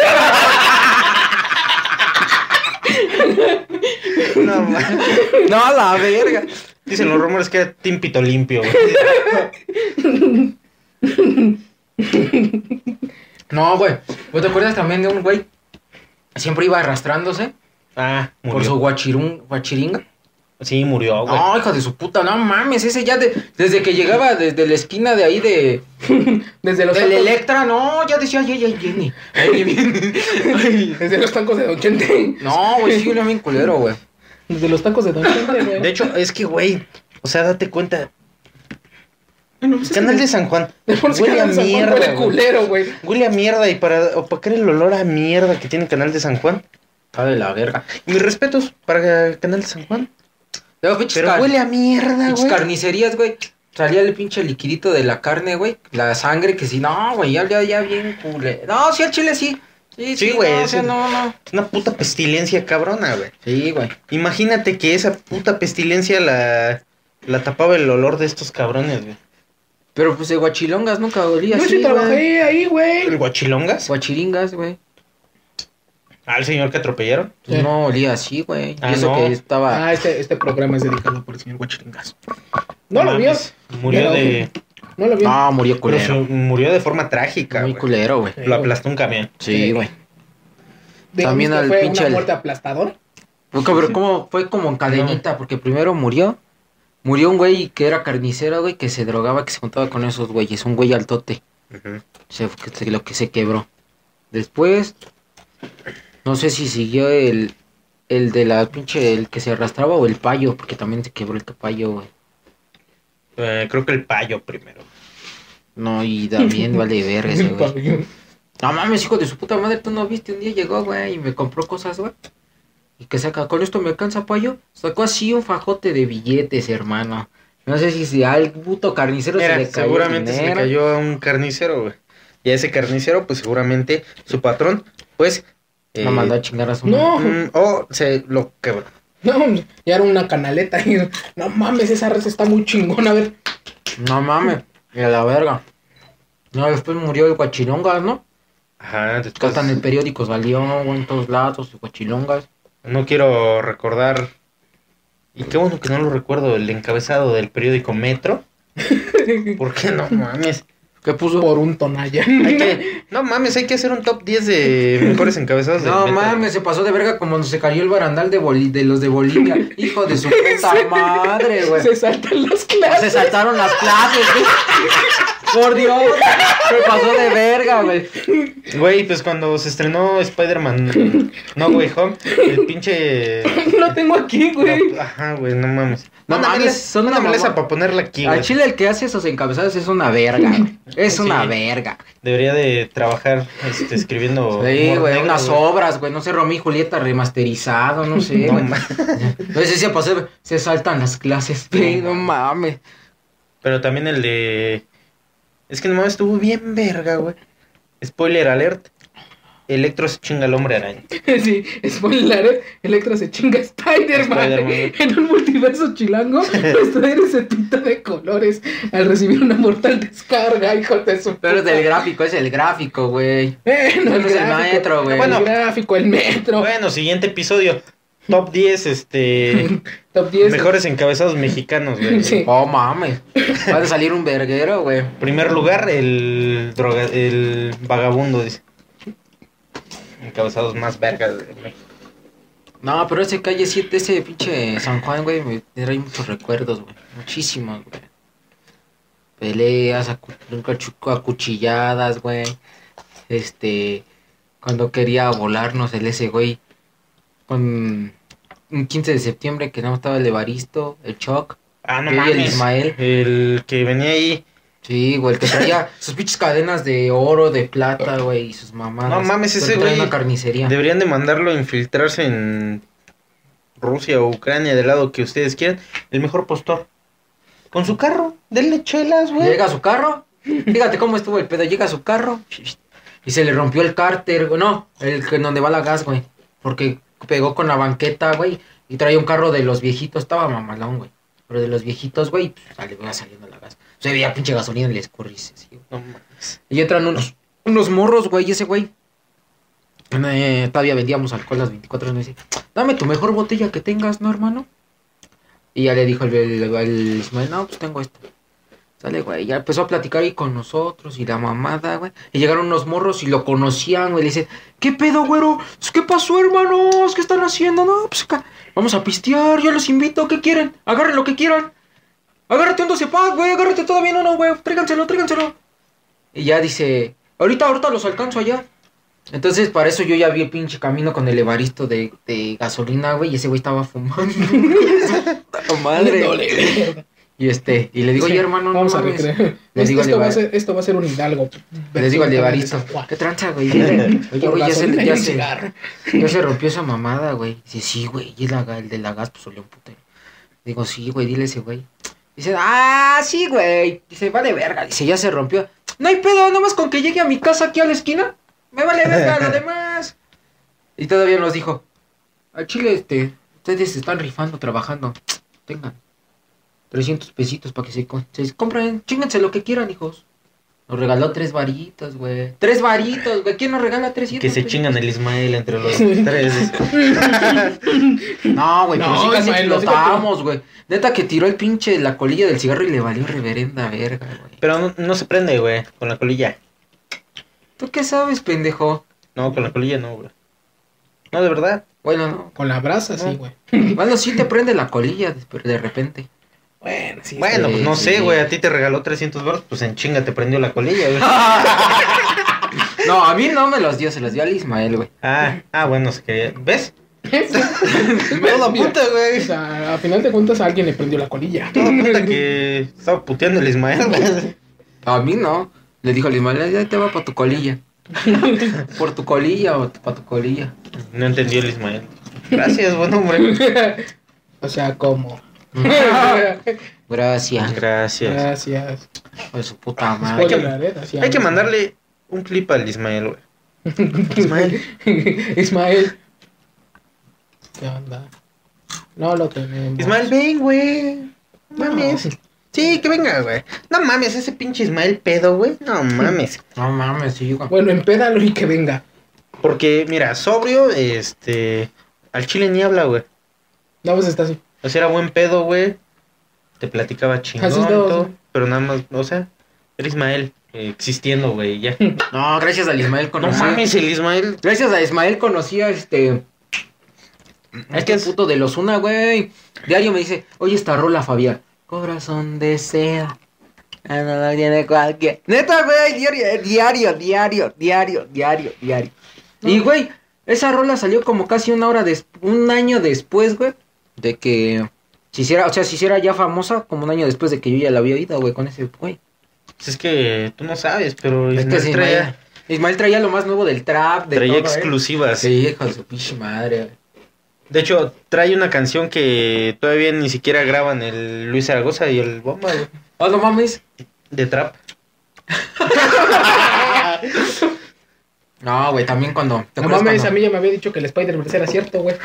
Speaker 2: No, mames.
Speaker 3: No, a la verga.
Speaker 2: Dicen los rumores que era Timpito limpio, güey.
Speaker 3: No, güey. ¿Vos te acuerdas también de un güey? Siempre iba arrastrándose
Speaker 2: Ah,
Speaker 3: por su
Speaker 2: murió.
Speaker 3: guachirun, guachiringa.
Speaker 2: Sí, murió, güey.
Speaker 1: Ah,
Speaker 3: No, hijo de su puta, no mames. Ese ya de- desde que llegaba desde la esquina de ahí de,
Speaker 1: Desde los,
Speaker 3: del
Speaker 1: tacos,
Speaker 3: Electra, no, ya decía, ay, ay, Jenny. Ay, bien. Ay.
Speaker 1: desde los tacos de Don Chente.
Speaker 3: No, güey, sí, era bien culero, güey.
Speaker 1: Desde los tacos de Don Chente, güey.
Speaker 2: De hecho, es que, güey. O sea, date cuenta.
Speaker 1: Bueno, pues es
Speaker 2: Canal
Speaker 1: que-
Speaker 2: de San Juan.
Speaker 1: De por sí
Speaker 2: Huele a
Speaker 1: Canal de San Juan
Speaker 2: mierda,
Speaker 1: huele
Speaker 2: güey.
Speaker 1: culero, güey.
Speaker 2: Huele a mierda y para opacar el olor a mierda que tiene Canal de San Juan.
Speaker 3: Está de la verga.
Speaker 2: Mis respetos para Canal de San Juan.
Speaker 3: Luego, pinches,
Speaker 2: Pero
Speaker 3: car-
Speaker 2: huele a mierda,
Speaker 3: pinches
Speaker 2: güey.
Speaker 3: carnicerías, güey. Salía el pinche liquidito de la carne, güey. La sangre que sí, no, güey, ya, ya, ya bien culero. No, sí, al chile sí. Sí,
Speaker 2: Sí,
Speaker 3: sí,
Speaker 2: güey,
Speaker 3: No, o sea,
Speaker 2: sí.
Speaker 3: no, no.
Speaker 2: Es una puta pestilencia cabrona, güey.
Speaker 3: Sí, güey.
Speaker 2: Imagínate que esa puta pestilencia la, la tapaba el olor de estos cabrones, güey.
Speaker 3: Pero pues de guachilongas nunca olía
Speaker 1: Yo
Speaker 3: así,
Speaker 1: sí
Speaker 3: güey.
Speaker 1: trabajé ahí,
Speaker 2: ¿El
Speaker 1: güey.
Speaker 2: guachilongas?
Speaker 3: Guachiringas, güey.
Speaker 2: ¿Al señor que atropellaron?
Speaker 3: Pues
Speaker 1: Sí.
Speaker 3: No olía así, güey.
Speaker 2: Ah,
Speaker 3: y eso
Speaker 2: no.
Speaker 3: que estaba...
Speaker 1: Ah, este, este programa es dedicado por el señor Huachiringas. No lo vio.
Speaker 2: mames, Murió
Speaker 1: Pero-
Speaker 2: de,
Speaker 1: No lo vio.
Speaker 3: No, murió
Speaker 2: pero su-
Speaker 3: culero.
Speaker 2: murió de forma trágica,
Speaker 3: Muy
Speaker 2: güey.
Speaker 3: culero, güey.
Speaker 2: Lo aplastó un camión.
Speaker 1: Sí.
Speaker 3: Sí, güey.
Speaker 1: De-
Speaker 3: también
Speaker 1: ¿viste?
Speaker 3: al
Speaker 1: fue
Speaker 3: pinche
Speaker 1: una
Speaker 3: al-
Speaker 1: muerte aplastadora.
Speaker 3: Fue como- como- fue como en cadenita, porque primero murió. Murió un güey que era carnicero, güey, que se drogaba, que se juntaba con esos güeyes. Un güey altote. Se, se- lo que se quebró. Después, no sé si siguió el, el de la pinche, el que se arrastraba o el payo, porque también se quebró el payo, güey.
Speaker 2: Eh, creo que el payo primero.
Speaker 3: No, y también vale verga ese, güey. No mames, hijo de su puta madre, tú no viste, un día llegó, güey, y me compró cosas, güey. Y que saca, con esto me alcanza payo. Sacó así un fajote de billetes, hermano. No sé si, si al puto carnicero
Speaker 2: Mira,
Speaker 3: se le cayó.
Speaker 2: seguramente se le
Speaker 3: dinero.
Speaker 2: cayó a un carnicero, güey. Y a ese carnicero, pues seguramente su patrón, pues... eh,
Speaker 3: Lo mandó a chingar a su madre.
Speaker 1: No,
Speaker 2: mm, o se lo quebró.
Speaker 1: no, ya era una canaleta. y- no mames, esa res está muy chingona. A ver,
Speaker 3: No mames, y a la verga. No, después murió el guachilongas, ¿no?
Speaker 2: Ajá, después-
Speaker 3: Hasta en el periódico salió, güey, en todos lados, el guachilongas.
Speaker 2: No quiero recordar. Y qué bueno que no lo recuerdo, el encabezado del periódico Metro. ¿Por qué no mames?
Speaker 3: ¿Qué puso?
Speaker 1: por un tonalla.
Speaker 2: Hay que- no mames, hay que hacer un top 10 de mejores encabezados del
Speaker 3: No
Speaker 2: Metro.
Speaker 3: mames, se pasó de verga como cuando se cayó el barandal de, Boli- de los de Bolivia. Hijo de su puta madre, güey.
Speaker 1: Se saltan las clases.
Speaker 3: Se saltaron las clases, güey. Por Dios, se pasó de verga, güey.
Speaker 2: Güey, pues cuando se estrenó Spider-Man No Way Home, el pinche.
Speaker 1: Lo tengo aquí, güey.
Speaker 2: Ajá, güey, no mames.
Speaker 3: No
Speaker 2: Mándamela-
Speaker 3: mames, son una
Speaker 2: mándamela esa
Speaker 3: mamá.
Speaker 2: para ponerla aquí,
Speaker 3: Al
Speaker 2: güey.
Speaker 3: chile el que hace esos encabezados es una verga, güey. Es
Speaker 2: Sí.
Speaker 3: una verga.
Speaker 2: Debería de trabajar este, escribiendo.
Speaker 3: Sí,
Speaker 2: humor
Speaker 3: güey,
Speaker 2: negro,
Speaker 3: unas obras, güey. No sé, Romeo y Julieta remasterizado, no sé,
Speaker 2: No
Speaker 3: güey.
Speaker 2: ma-
Speaker 3: No sé si pasó, güey, se saltan las clases, güey. No mames.
Speaker 2: Pero también el de. Es que no mames, estuvo bien verga, güey. Spoiler alert. Electro se chinga al hombre araña.
Speaker 1: Sí, spoiler, ¿eh? Electra se chinga a Spider-Man.
Speaker 2: Spider-Man.
Speaker 1: en un multiverso chilango, esto eres el pinta de colores al recibir una mortal descarga, hijo de su
Speaker 3: Pero es
Speaker 1: puta.
Speaker 3: del gráfico, es el gráfico, güey.
Speaker 1: Eh, no,
Speaker 3: es el
Speaker 1: gráfico,
Speaker 3: maestro, güey.
Speaker 1: Bueno,
Speaker 2: Bueno.
Speaker 1: el gráfico, el metro.
Speaker 2: Bueno, siguiente episodio. Top 10, este.
Speaker 1: Top 10.
Speaker 2: mejores encabezados mexicanos, güey.
Speaker 1: Sí.
Speaker 3: Oh, mames. Va a salir un verguero, güey.
Speaker 2: Primer lugar, el droga, el vagabundo, dice. Encabezados más vergas de México.
Speaker 3: No, pero ese calle 7, ese pinche San Juan, güey, me trae muchos recuerdos, güey. Muchísimos, güey. Peleas, acu- acu- acuchilladas, güey. Este. Cuando quería volarnos el ese güey. Con. Un 15 de septiembre que no estaba el Evaristo, el Choc.
Speaker 2: Ah, no
Speaker 3: Y el
Speaker 2: mames.
Speaker 3: Ismael.
Speaker 2: El que venía ahí.
Speaker 3: Sí, güey, el que traía sus pinches cadenas de oro, de plata, güey, y sus mamadas.
Speaker 2: No mames,
Speaker 3: Pero
Speaker 2: ese
Speaker 3: traía
Speaker 2: güey
Speaker 3: una carnicería.
Speaker 2: Deberían de mandarlo a infiltrarse en Rusia o Ucrania, del lado que ustedes quieran. El mejor postor. Con su carro, denle chelas, güey.
Speaker 3: Llega a su carro. Fíjate cómo estuvo el pedo. Llega a su carro. Y se le rompió el cárter. güey, No, el que en donde va la gas, güey. Porque pegó con la banqueta, güey. Y traía un carro de los viejitos. Estaba mamalón, güey. Pero de los viejitos, güey. Pues, sale, va saliendo la gas. Se veía pinche gasolina y le escurrice. sí, güey.
Speaker 2: No mames.
Speaker 3: Y entran unos, unos morros, güey. Y ese güey. eh, todavía vendíamos alcohol las 24 horas. y me dice, Dame tu mejor botella que tengas, ¿no, hermano? Y ya le dijo el, el, el Ismael, no, pues tengo esta. Sale, güey. Ya empezó a platicar ahí con nosotros y la mamada, güey. Y llegaron unos morros y lo conocían, güey. Le dicen, ¿qué pedo, güero? Pues, ¿Qué pasó, hermanos? ¿Qué están haciendo? No, pues acá. Vamos a pistear, yo los invito. ¿Qué quieren? Agarren lo que quieran. Agárrate un 12 pack, güey. Agárrate todavía no, no, güey. Tráiganselo, tráiganselo. Y ya dice, ahorita, ahorita los alcanzo allá. Entonces, para eso yo ya vi el pinche camino con el evaristo de, de gasolina, güey. Y ese güey estaba fumando. ¡Oh,
Speaker 1: No le verga.
Speaker 3: y este, y le digo,
Speaker 1: Sí,
Speaker 3: oye hermano, no
Speaker 1: Vamos a
Speaker 3: mames".
Speaker 1: recrear.
Speaker 3: Le
Speaker 1: Esto, esto
Speaker 3: digo al
Speaker 1: va a
Speaker 3: Evaristo.
Speaker 1: ser, esto va a ser un hidalgo.
Speaker 3: Les digo al de Evaristo, ¿qué tranza, güey? Oye, güey, ya se, ya, se, ya se rompió esa mamada, güey. Dice, sí, güey, y el, aga- el de la gas, pues olió un putero. Digo, sí, güey, dile ese güey. Dice, ah, sí, güey. Dice, vale verga. Dice, ya se rompió. No hay pedo, nomás con que llegue a mi casa aquí a la esquina. Me vale verga lo demás. Y todavía nos dijo, al chile, este, ustedes se están rifando, trabajando. Tengan 300 pesitos para que se, con- se compren. Chinganse lo que quieran, hijos. Nos regaló tres varitos, güey. Tres varitos, güey. ¿Quién nos regala 300
Speaker 2: Que se
Speaker 3: pesitos?
Speaker 2: chingan el Ismael entre los tres.
Speaker 3: No, güey,
Speaker 1: No,
Speaker 3: pero sí casi
Speaker 1: Ismael, no,
Speaker 3: explotamos, güey. Neta que tiró el pinche la colilla del cigarro y le valió reverenda verga, güey.
Speaker 2: Pero no, no se prende, güey. Con la colilla.
Speaker 3: ¿Tú qué sabes, pendejo?
Speaker 2: No, con la colilla no, güey. No, de verdad.
Speaker 3: Bueno, no.
Speaker 1: Con la brasa, sí, güey.
Speaker 3: Bueno, sí te prende la colilla de, pero de repente.
Speaker 1: Bueno, sí.
Speaker 2: Bueno, pues no
Speaker 3: sí.
Speaker 2: sé, güey. A ti te regaló 300 baros, pues en chinga te prendió la colilla, güey.
Speaker 3: No, a mí no me los dio, se los dio al Ismael, güey.
Speaker 2: Ah, ah, bueno, se quería. ¿Ves?
Speaker 1: Todo
Speaker 2: puta, güey.
Speaker 1: O sea, a final de cuentas a alguien le prendió la colilla.
Speaker 2: Toda puta que estaba puteando el Ismael, güey.
Speaker 3: A mí no. Le dijo al Ismael, ya te va para tu colilla. Por tu colilla o para tu colilla.
Speaker 2: No entendió el Ismael. Gracias, buen hombre.
Speaker 1: o sea, como.
Speaker 3: Gracias.
Speaker 2: Gracias.
Speaker 1: Gracias.
Speaker 3: Por su puta
Speaker 2: Hay
Speaker 3: madre.
Speaker 2: que-
Speaker 1: Spoiler, ¿eh? Así
Speaker 2: Hay que
Speaker 1: habla.
Speaker 2: mandarle un clip al Ismael, güey. Ismael.
Speaker 1: Ismael. ¿Qué onda? No lo tenemos.
Speaker 2: Ismael, ven, güey. No
Speaker 1: No.
Speaker 2: Mames. Sí, que venga, güey. No mames, ese pinche Ismael pedo, güey. No mames.
Speaker 3: No mames, sí, güey.
Speaker 2: pues,
Speaker 1: Bueno, empédalo y que venga.
Speaker 2: Porque, mira, sobrio, este. Al chile ni habla, güey.
Speaker 1: No, pues está así.
Speaker 2: O sea, era buen pedo, güey. Te platicaba chingón,
Speaker 1: Así
Speaker 2: y
Speaker 1: es, no,
Speaker 2: todo,
Speaker 1: sí.
Speaker 2: pero nada más, o sea, era Ismael eh, existiendo, güey, ya.
Speaker 3: No, gracias al Ismael
Speaker 2: No
Speaker 3: conocí.
Speaker 2: mames, el Ismael.
Speaker 3: Gracias a Ismael conocí a este. a este
Speaker 2: Es-
Speaker 3: puto de los una, güey. Diario me dice, oye esta rola, Fabián. Corazón de seda. Ah, no, no tiene cualquier. Neta, güey, diario, eh, diario, diario, diario, diario, diario. Y, güey, esa rola salió como casi una hora des un año después, güey, de que se hiciera, o sea, se hiciera ya famosa como un año después de que yo ya la había oído, güey, con ese, güey.
Speaker 2: Pues es que tú no sabes, pero
Speaker 3: Es que
Speaker 2: Ismael
Speaker 3: sí,
Speaker 2: traía,
Speaker 3: Ismael traía lo más nuevo del trap, de
Speaker 2: traía
Speaker 3: todo, ¿eh?
Speaker 2: exclusivas.
Speaker 3: Sí, hijo de su pinche madre, güey.
Speaker 2: De hecho, trae una canción que todavía ni siquiera graban el Luis Zaragoza y el Bomba, güey,
Speaker 3: Oh, no mames.
Speaker 2: De trap.
Speaker 3: No, güey, también cuando. ¿te
Speaker 1: No
Speaker 3: acuerdas
Speaker 1: mames, a
Speaker 3: cuando,
Speaker 1: mí ya me había dicho que el Spider-Man era cierto, güey.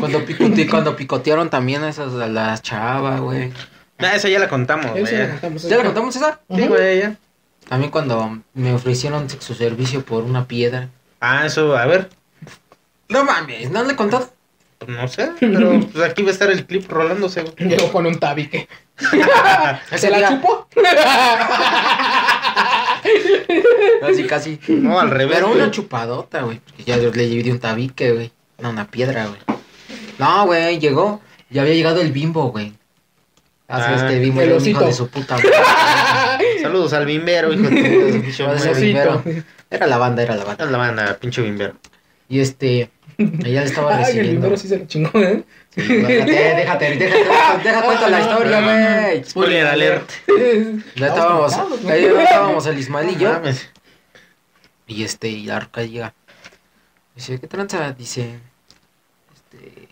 Speaker 3: cuando, picote- cuando picotearon también a esas a las
Speaker 1: Ah,
Speaker 3: chavas, güey.
Speaker 2: Nah, Ah, esa ya la contamos,
Speaker 1: Eso
Speaker 2: güey.
Speaker 1: lo contamos,
Speaker 3: ¿Ya la contamos, César?
Speaker 1: Ujú.
Speaker 2: Sí, güey, ya.
Speaker 3: También cuando me ofrecieron sexo servicio por una piedra.
Speaker 2: Ah, eso, a ver,
Speaker 3: No mames, ¿no le he contado?
Speaker 2: no sé, pero pues aquí va a estar el clip rolándose, güey.
Speaker 1: Llegó con un tabique.
Speaker 3: Ese
Speaker 1: ¿Se la
Speaker 3: día-
Speaker 1: chupó?
Speaker 3: Casi, casi.
Speaker 2: No, al revés.
Speaker 3: Pero
Speaker 2: güey.
Speaker 3: una chupadota, güey. Porque ya yo le llevé de un tabique, güey. No, una piedra, güey. No, güey, llegó. Ya había llegado el bimbo, güey. Así
Speaker 2: Ah,
Speaker 3: es que el bimbo
Speaker 1: el
Speaker 3: era un hijo
Speaker 1: osito.
Speaker 3: de su puta madre.
Speaker 2: Saludos al bimbero, hijo de puta, ese pinche
Speaker 3: Ese
Speaker 2: madre.
Speaker 3: primero. Era la banda, era la
Speaker 2: Haz
Speaker 3: banda.
Speaker 2: la banda, pinche bimbero.
Speaker 3: Y este. Ella le
Speaker 1: Ay,
Speaker 3: estaba
Speaker 1: ah, el
Speaker 3: recibiendo.
Speaker 1: primero sí se lo chingó, ¿eh?
Speaker 3: Sí, déjate, déjate, déjate, déjate, déjate, cuento la historia, güey.
Speaker 2: Spoiler alert.
Speaker 3: Ya estábamos,
Speaker 1: Estamos marcados,
Speaker 3: ahí
Speaker 1: ¿no?
Speaker 3: estábamos el Ismael y yo.
Speaker 2: Mames.
Speaker 3: Y este, y la roca llega. Dice, ¿qué tranza? Dice, este,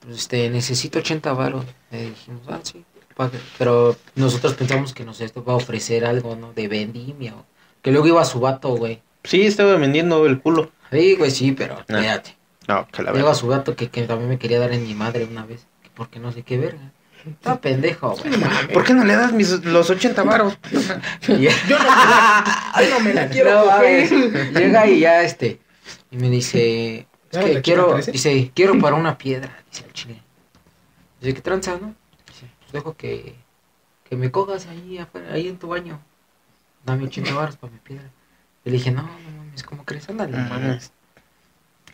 Speaker 3: pues, este, necesito 80 varos. Le dijimos, ah, sí. pa- Pero nosotros pensamos que nos esto va a ofrecer algo, ¿no? De vendimia. o- Que luego iba su vato, güey.
Speaker 2: Sí, estaba vendiendo el culo.
Speaker 3: Sí, güey, sí, pero
Speaker 2: No.
Speaker 3: espérate.
Speaker 2: No, que la
Speaker 3: Luego a su vato que, que también me quería dar en mi madre una vez. que Porque no sé qué verga. Está pendejo, güey.
Speaker 2: ¿Por qué no le das mis, los 80 varos?
Speaker 3: Y-
Speaker 1: Yo no, yo no me la quiero
Speaker 3: No,
Speaker 1: coger.
Speaker 3: mames. Llega y ya este. Y me dice. Es
Speaker 1: ¿Ya no
Speaker 3: que
Speaker 1: te
Speaker 3: quiero.
Speaker 1: parece?
Speaker 3: Dice, quiero para una piedra. Dice el chile. Dice, ¿qué tranza, no? Dice, pues dejo que. Que me cogas ahí afuera, ahí en tu baño. Dame 80 baros para mi piedra. Y le dije, no, no mames, ¿cómo crees? Ándale,
Speaker 2: No
Speaker 3: mames.
Speaker 2: mames.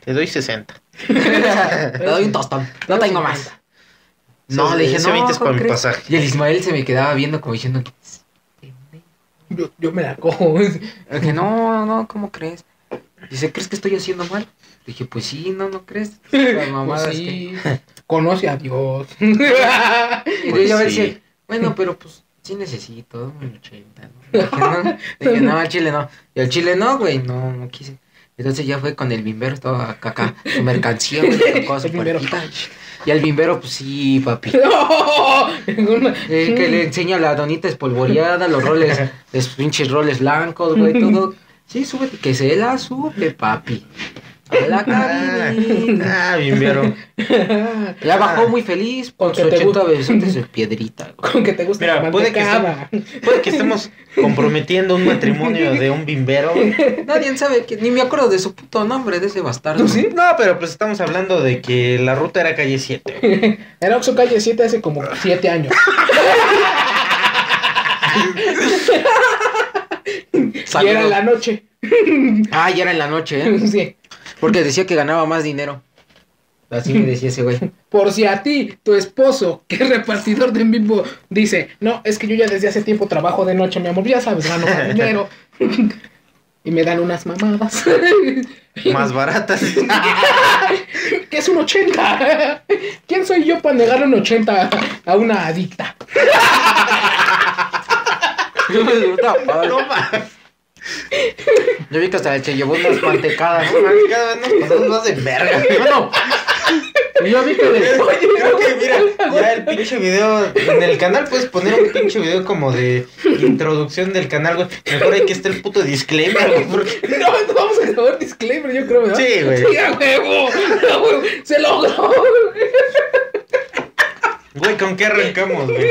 Speaker 2: Te doy 60.
Speaker 3: Te doy un tostón. No tengo más. No,
Speaker 2: Ese-
Speaker 3: le dije,
Speaker 2: ese
Speaker 3: no.
Speaker 2: 20 es
Speaker 3: ¿cómo
Speaker 2: para mi
Speaker 3: crees?
Speaker 2: pasaje.
Speaker 3: Y el Ismael se me quedaba viendo como diciendo, "¿Qué es este güey?".
Speaker 1: Yo, yo me la cojo.
Speaker 3: Le Dije, no, no, ¿cómo crees? Dice, ¿crees que estoy haciendo mal? Dije, pues sí, no, no crees. Las mamadas
Speaker 1: Pues sí, conoce a Dios.
Speaker 3: que- Y
Speaker 2: Pues
Speaker 3: yo
Speaker 2: sí.
Speaker 3: decía, bueno, pero pues sí necesito, dame un 80, ¿no? Dije, no, dije, no, al chile no. Y al chile no, güey, no, no quise. Entonces ya fue con el bimbero, estaba acá, acá, su mercancía, güey, le tocó su
Speaker 1: El bimbero.
Speaker 3: puertita. Y al bimbero, pues sí, papi. Eh, que le enseña la donita espolvoreada, los roles, los pinches roles blancos, güey, todo. Sí, súbete, que se la sube, papi. A
Speaker 1: Ah.
Speaker 3: la cabina.
Speaker 2: Ah, bimbero.
Speaker 3: La bajó muy feliz con
Speaker 1: Con que
Speaker 3: su
Speaker 1: te
Speaker 3: 80
Speaker 1: gu-
Speaker 3: besotes de piedrita, güey.
Speaker 1: Con que te gusta
Speaker 2: Mira,
Speaker 1: la
Speaker 2: puede que
Speaker 1: mantecada.
Speaker 2: Puede que estemos comprometiendo un matrimonio de un bimbero.
Speaker 3: Nadie sabe, que, ni me acuerdo de su puto nombre, de ese bastardo.
Speaker 2: No, pero pues estamos hablando de que la ruta era calle 7.
Speaker 1: Era Oxo Calle 7 hace como 7 años. Y
Speaker 3: Salió-
Speaker 1: era en la noche.
Speaker 3: Ah, ya era en la noche, ¿eh?
Speaker 1: Sí.
Speaker 3: Porque decía que ganaba más dinero. Así me decía ese güey.
Speaker 1: Por si a ti, tu esposo, que es repartidor de bimbo, dice, no, es que yo ya desde hace tiempo trabajo de noche, mi amor, ya sabes, gano más dinero. y me dan unas mamadas.
Speaker 2: Más baratas.
Speaker 1: que es un 80. ¿Quién soy yo para negarle un 80 a una adicta?
Speaker 3: Yo
Speaker 2: No más.
Speaker 3: vi que hasta se llevó unas mantecadas. ¿no?
Speaker 2: Cada vez nos pasamos más de verga.
Speaker 3: No, no. Yo vi que le-
Speaker 2: Creo que mira, ya el pinche video en el canal puedes poner un pinche video como de introducción del canal, güey. Mejor hay que esté el puto disclaimer, güey. porque-
Speaker 1: No, no vamos a grabar disclaimer, yo creo, ¿verdad?
Speaker 2: Sí, güey.
Speaker 1: Sí, a huevo. a huevo, Se logró.
Speaker 2: Güey, ¿con qué arrancamos, güey?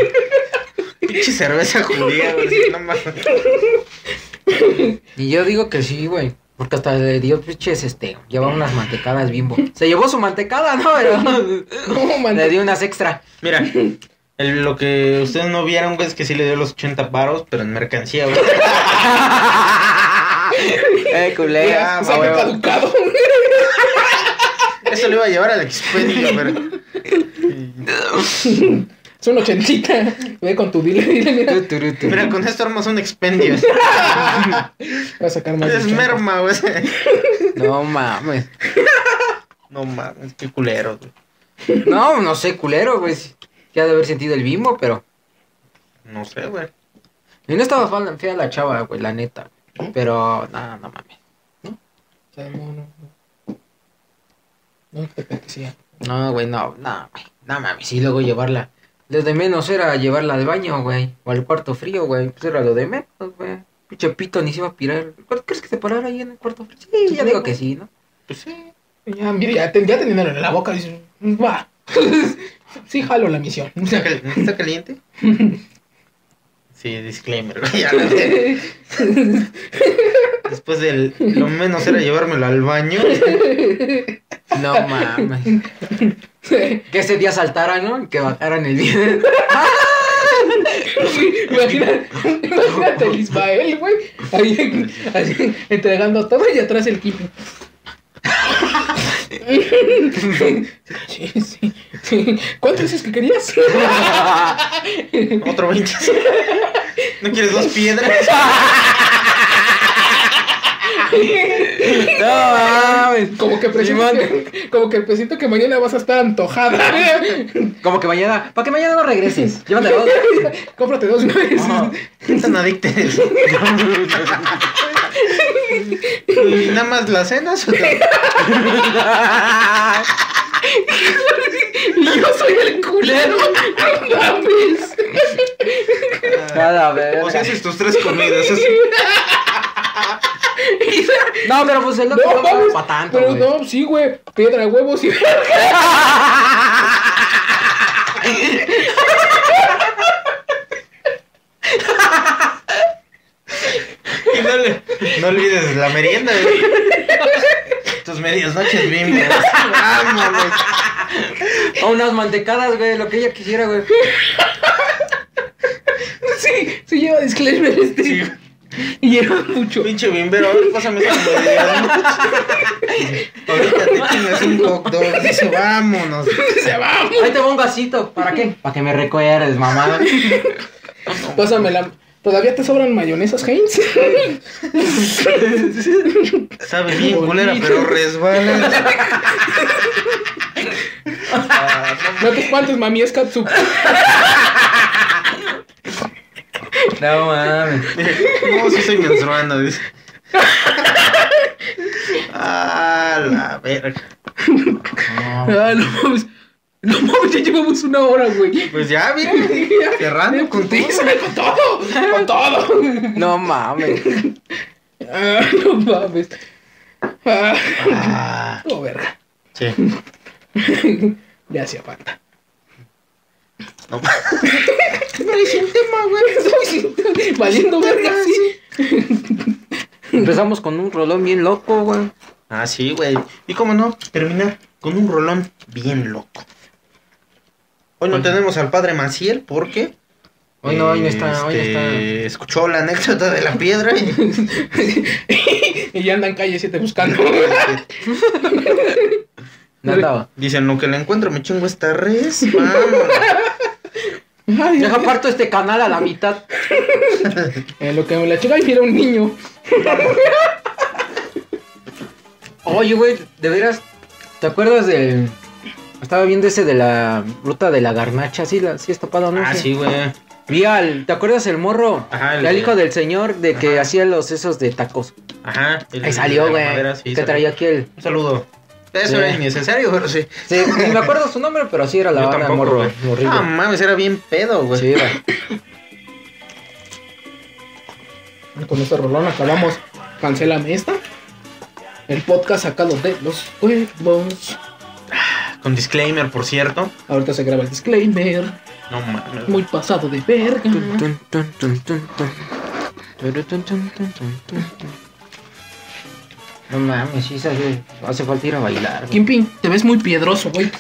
Speaker 2: Pinche cerveza judía, güey. No mames.
Speaker 3: Y yo digo que sí, güey. Porque hasta le dio pinches este. Llevaba unas mantecadas bimbo. Se llevó su mantecada, ¿no? Pero.
Speaker 1: No, man.
Speaker 3: Le dio unas extra.
Speaker 2: Mira, el- lo que ustedes no vieron, güey, es que sí le dio los 80 varos, pero en mercancía, güey.
Speaker 3: eh, culé.
Speaker 2: Ya,
Speaker 3: ah,
Speaker 2: saca
Speaker 3: huevo.
Speaker 1: caducado.
Speaker 2: Eso lo iba a llevar al Expedia, pero.
Speaker 1: Es una ochentita. Ve con tu dile, dile, mira.
Speaker 3: Tu, tu, tu.
Speaker 2: Mira, con esto armas un expendio.
Speaker 1: Va a sacar más.
Speaker 2: es
Speaker 1: de chamba.
Speaker 2: merma, güey.
Speaker 3: No mames.
Speaker 2: No mames, qué culero, güey.
Speaker 3: No, no sé, culero, pues. Ya de haber sentido el bimbo, pero.
Speaker 2: No sé, güey.
Speaker 3: Y no estaba fa- fea la chava, güey, la neta.
Speaker 2: ¿Eh?
Speaker 3: Pero, no, no mames.
Speaker 1: O sea, no, no, no. No te apetecía.
Speaker 3: No, güey, no, no, güey. No mames, y luego llevarla. Lo de menos era llevarla al baño, güey. O al cuarto frío, güey. Pues era lo de menos, güey. Pinche pito ni se iba a pirar. ¿Cuál crees que se parara ahí en el cuarto frío? Sí, ya digo que sí, ¿no?
Speaker 2: Pues sí.
Speaker 1: Ya, mira, ya, ten- ya teniéndolo en la boca, dices, va. sí, jalo la misión.
Speaker 2: ¿Está, cal- está caliente? Sí, disclaimer, güey. Ya, Después del. Lo menos era llevármelo al baño.
Speaker 3: No mames. Que ese día saltaran, ¿no? Que bajaran el bien.
Speaker 1: Imagina- imagínate el Ismael, güey. Ahí, así, entregando todo y atrás el Kipi. Sí, sí, sí. ¿Cuánto dices que querías?
Speaker 2: Otro 20. ¿No quieres dos piedras?
Speaker 3: No mames.
Speaker 1: Como que presiento que, como que presiento que mañana vas a estar antojada.
Speaker 3: Como que mañana. Para que mañana no regreses. Llévate dos.
Speaker 1: Cómprate dos nueces.
Speaker 3: Ajá.
Speaker 2: ¿Qué tan adicta eres? ¿Y nada más las cenas? o qué?
Speaker 1: Y yo soy el culero. No mames.
Speaker 3: Nada, verga.
Speaker 2: O sea, haces tus tres comidas. es-
Speaker 3: No, pero pues el loco
Speaker 1: No,
Speaker 3: no,
Speaker 1: mames.
Speaker 3: para tanto.
Speaker 1: Pero
Speaker 3: güey.
Speaker 1: no, sí, güey. Piedra, huevos y verga.
Speaker 2: Y no, le- no olvides la merienda, güey. Tus medias noches bimbo. Vámonos.
Speaker 3: O unas mantecadas, güey, lo que ella quisiera, güey.
Speaker 1: Sí, sí lleva disclaimer este.
Speaker 2: Sí,
Speaker 1: Y lleva mucho.
Speaker 2: pinche bimbero. A ver, pásame esas medias noches. Ahorita te chingas un hot dog. Dice, vámonos.
Speaker 1: Se va.
Speaker 3: Ahí te va un vasito. ¿Para qué? Para que me recuerdes, mamá.
Speaker 1: Pásame la. ¿Todavía te sobran mayonesas, Heinz?
Speaker 2: Sabe bien, culera, pero resbala.
Speaker 1: No te espantes, mami, es katsu.
Speaker 3: No mames.
Speaker 2: No, sí estoy menstruando, dice. Ah, la verga.
Speaker 1: Ah, no mames. No mames, ya llevamos una hora, güey.
Speaker 2: Pues ya, miren, cerrando con todo.
Speaker 1: Díseme con todo. Con todo.
Speaker 3: No mames.
Speaker 1: Ah, no mames. Ah,
Speaker 2: Ah,
Speaker 1: oh, verga.
Speaker 2: sí.
Speaker 1: Ya hacía falta.
Speaker 2: No.
Speaker 1: Estoy sin tema, güey. Estoy sin tema. Valiendo verga, sí.
Speaker 3: Empezamos con un rolón bien loco, güey.
Speaker 2: Ah, sí, güey. Y cómo no, terminar con un rolón bien loco. Hoy no tenemos al padre Maciel porque.
Speaker 3: Hoy no, hoy no está, hoy no está.
Speaker 2: este, Escuchó la anécdota de la piedra y.
Speaker 1: Y ya andan calle 7 buscando.
Speaker 3: No andaba.
Speaker 2: Dicen, lo que la encuentro, me chingo esta res. Vamos.
Speaker 1: Ay,
Speaker 3: Deja parto este canal a la mitad.
Speaker 1: en lo que me la chica y era un niño.
Speaker 3: Oye, güey, de veras. ¿Te acuerdas del. Estaba viendo ese de la ruta de la garnacha, sí, la, sí, estapado, ¿no?
Speaker 2: Ah, sí, güey.
Speaker 3: Vi al, ¿te acuerdas el morro?
Speaker 2: Ajá, el-
Speaker 3: el, hijo del señor de que
Speaker 2: Ajá.
Speaker 3: hacía los esos de tacos.
Speaker 2: Ajá. el-
Speaker 3: Ahí salió,
Speaker 2: la
Speaker 3: güey.
Speaker 2: madera, sí,
Speaker 3: que
Speaker 2: salió.
Speaker 3: traía aquí el.
Speaker 2: Un saludo. Eso
Speaker 3: Sí.
Speaker 2: era innecesario, pero sí.
Speaker 3: Sí, ni me acuerdo su nombre, pero sí era la
Speaker 2: Yo
Speaker 3: banda
Speaker 2: tampoco,
Speaker 3: morro,
Speaker 2: güey.
Speaker 3: morrillo.
Speaker 2: Ah, mames, era bien pedo, güey.
Speaker 3: Sí, era.
Speaker 1: Con este rolón acabamos. Cancélame esta. El podcast sacado de los huevos.
Speaker 2: Con disclaimer, por cierto.
Speaker 1: Ahorita se graba el disclaimer.
Speaker 2: No mames.
Speaker 1: Muy pasado de verga.
Speaker 3: Tun, tun, tun, tun, tun. Turu, tun, tun, tun, tun, tun, tun. No mames, sí, se hace, hace falta ir a bailar. güey.
Speaker 1: Kimping, te ves muy piedroso, güey.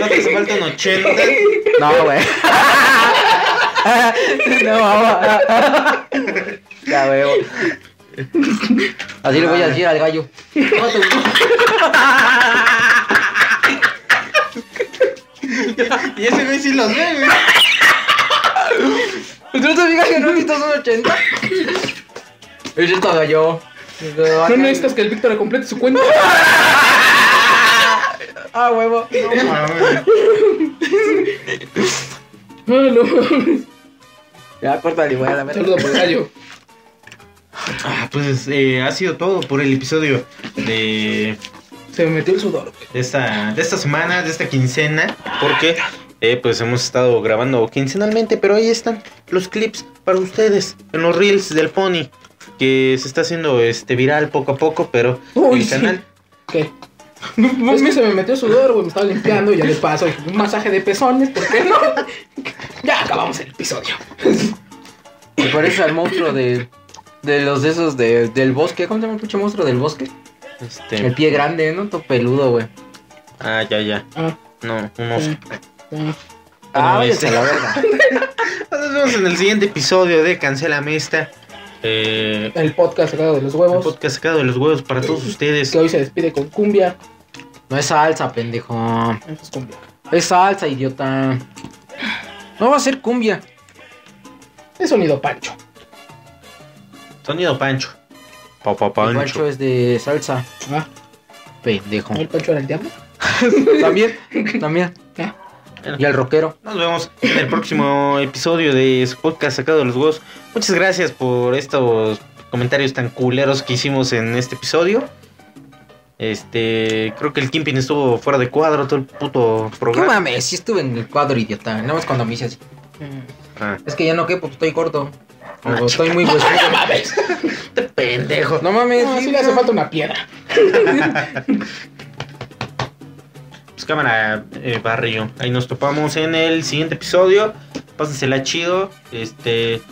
Speaker 2: No te hace falta un 80.
Speaker 3: No, güey. no, mamá. Ya, huevo. Así le voy a decir al gallo.
Speaker 2: Y ese güey sí los ve, güey.
Speaker 3: ¿Tú no te fijas que no necesitas un 80? Eso estaba yo.
Speaker 1: No necesitas que el Víctor complete su cuenta.
Speaker 3: Ah, huevo.
Speaker 2: No mames.
Speaker 1: No, no. Un
Speaker 3: Ya, corta igual, a la
Speaker 1: Saludo por el gallo.
Speaker 2: Ah, pues eh, ha sido todo por el episodio de,
Speaker 1: Se me metió el sudor.
Speaker 2: de esta, de esta semana, de esta quincena, porque eh, pues hemos estado grabando quincenalmente, pero ahí están los clips para ustedes en los reels del Pony, que se está haciendo este viral poco a poco, pero
Speaker 1: Uy,
Speaker 2: el
Speaker 1: sí.
Speaker 2: canal
Speaker 1: ¿Qué? No, es que se me metió el sudor, güey. Me estaba limpiando y ya de paso un masaje de pezones, ¿por qué no? Ya acabamos el episodio.
Speaker 3: Me parece al monstruo de. De los de esos de, del bosque. ¿Cómo se llama el pinche monstruo del bosque? El
Speaker 2: este,
Speaker 3: pie grande, ¿no? Todo peludo, güey.
Speaker 2: ah ya ya,
Speaker 1: Ah,
Speaker 2: no, un oso.
Speaker 1: Sí. ah.
Speaker 3: Ah,
Speaker 2: Ah,
Speaker 3: váyase
Speaker 2: este.
Speaker 3: a la verga.
Speaker 2: Nos vemos en el siguiente episodio de Cancela Mesta. Eh,
Speaker 1: El podcast sacado de los
Speaker 2: el
Speaker 1: huevos.
Speaker 2: podcast sacado de los huevos para todos ustedes.
Speaker 1: Que hoy se despide con cumbia.
Speaker 3: No es salsa, pendejo.
Speaker 1: Eso es cumbia.
Speaker 3: Es salsa, idiota. No va a ser cumbia.
Speaker 1: Es sonido pancho.
Speaker 2: Sonido Pancho. Papá
Speaker 3: El guacho es de salsa,
Speaker 1: Ah,
Speaker 3: pendejo.
Speaker 1: ¿no? el pancho era el diablo.
Speaker 3: También, también.
Speaker 1: Ah.
Speaker 3: Y el rockero.
Speaker 2: Nos vemos en el próximo episodio de su podcast sacado de los huevos. Muchas gracias por estos comentarios tan culeros que hicimos en este episodio. Este, creo que el Kimpin estuvo fuera de cuadro todo el puto
Speaker 3: No
Speaker 2: programa.
Speaker 3: mames, sí estuve en el cuadro, idiota. Nada más cuando me hice así.
Speaker 2: Ah,
Speaker 3: Es que ya no quepo, pues, estoy corto. O
Speaker 2: Ah,
Speaker 3: estoy muy huesudo.
Speaker 2: este pendejo.
Speaker 3: No mames,
Speaker 1: No,
Speaker 3: Ah, sí,
Speaker 1: sí le hace
Speaker 3: no.
Speaker 1: falta una piedra.
Speaker 2: Pues cámara, eh, barrio. Ahí nos topamos en el siguiente episodio. Pásensela chido. Este,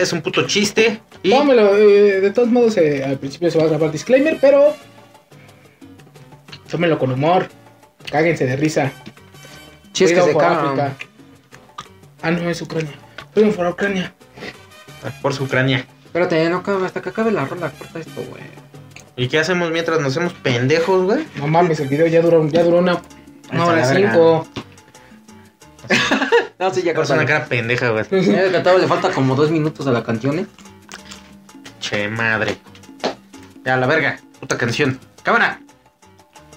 Speaker 2: es un puto chiste. Y
Speaker 1: Tómelo, eh, de todos modos, eh, al principio se va a grabar disclaimer, pero. Tómelo con humor. Cáguense de risa.
Speaker 3: Si es que
Speaker 1: Freedom
Speaker 3: se
Speaker 1: for
Speaker 3: cagan.
Speaker 1: Africa. Ah, no, es Ucrania. Freedom for Ucrania.
Speaker 2: por su Ucrania.
Speaker 3: Espérate, no cabe, hasta que acabe la rola, corta esto, güey.
Speaker 2: ¿Y qué hacemos mientras nos hacemos pendejos, güey?
Speaker 1: No mames, el video ya duró, ya duró una,
Speaker 3: Ahí
Speaker 1: una
Speaker 3: está
Speaker 1: hora
Speaker 3: la verga.
Speaker 1: cinco.
Speaker 3: No, sí, ya
Speaker 2: Te vas a una
Speaker 3: corta.
Speaker 2: cara pendeja, güey.
Speaker 3: Ya cantado, le falta como dos minutos a la canción, ¿eh?
Speaker 2: Che madre. Ya, la verga. Puta canción. Cámara.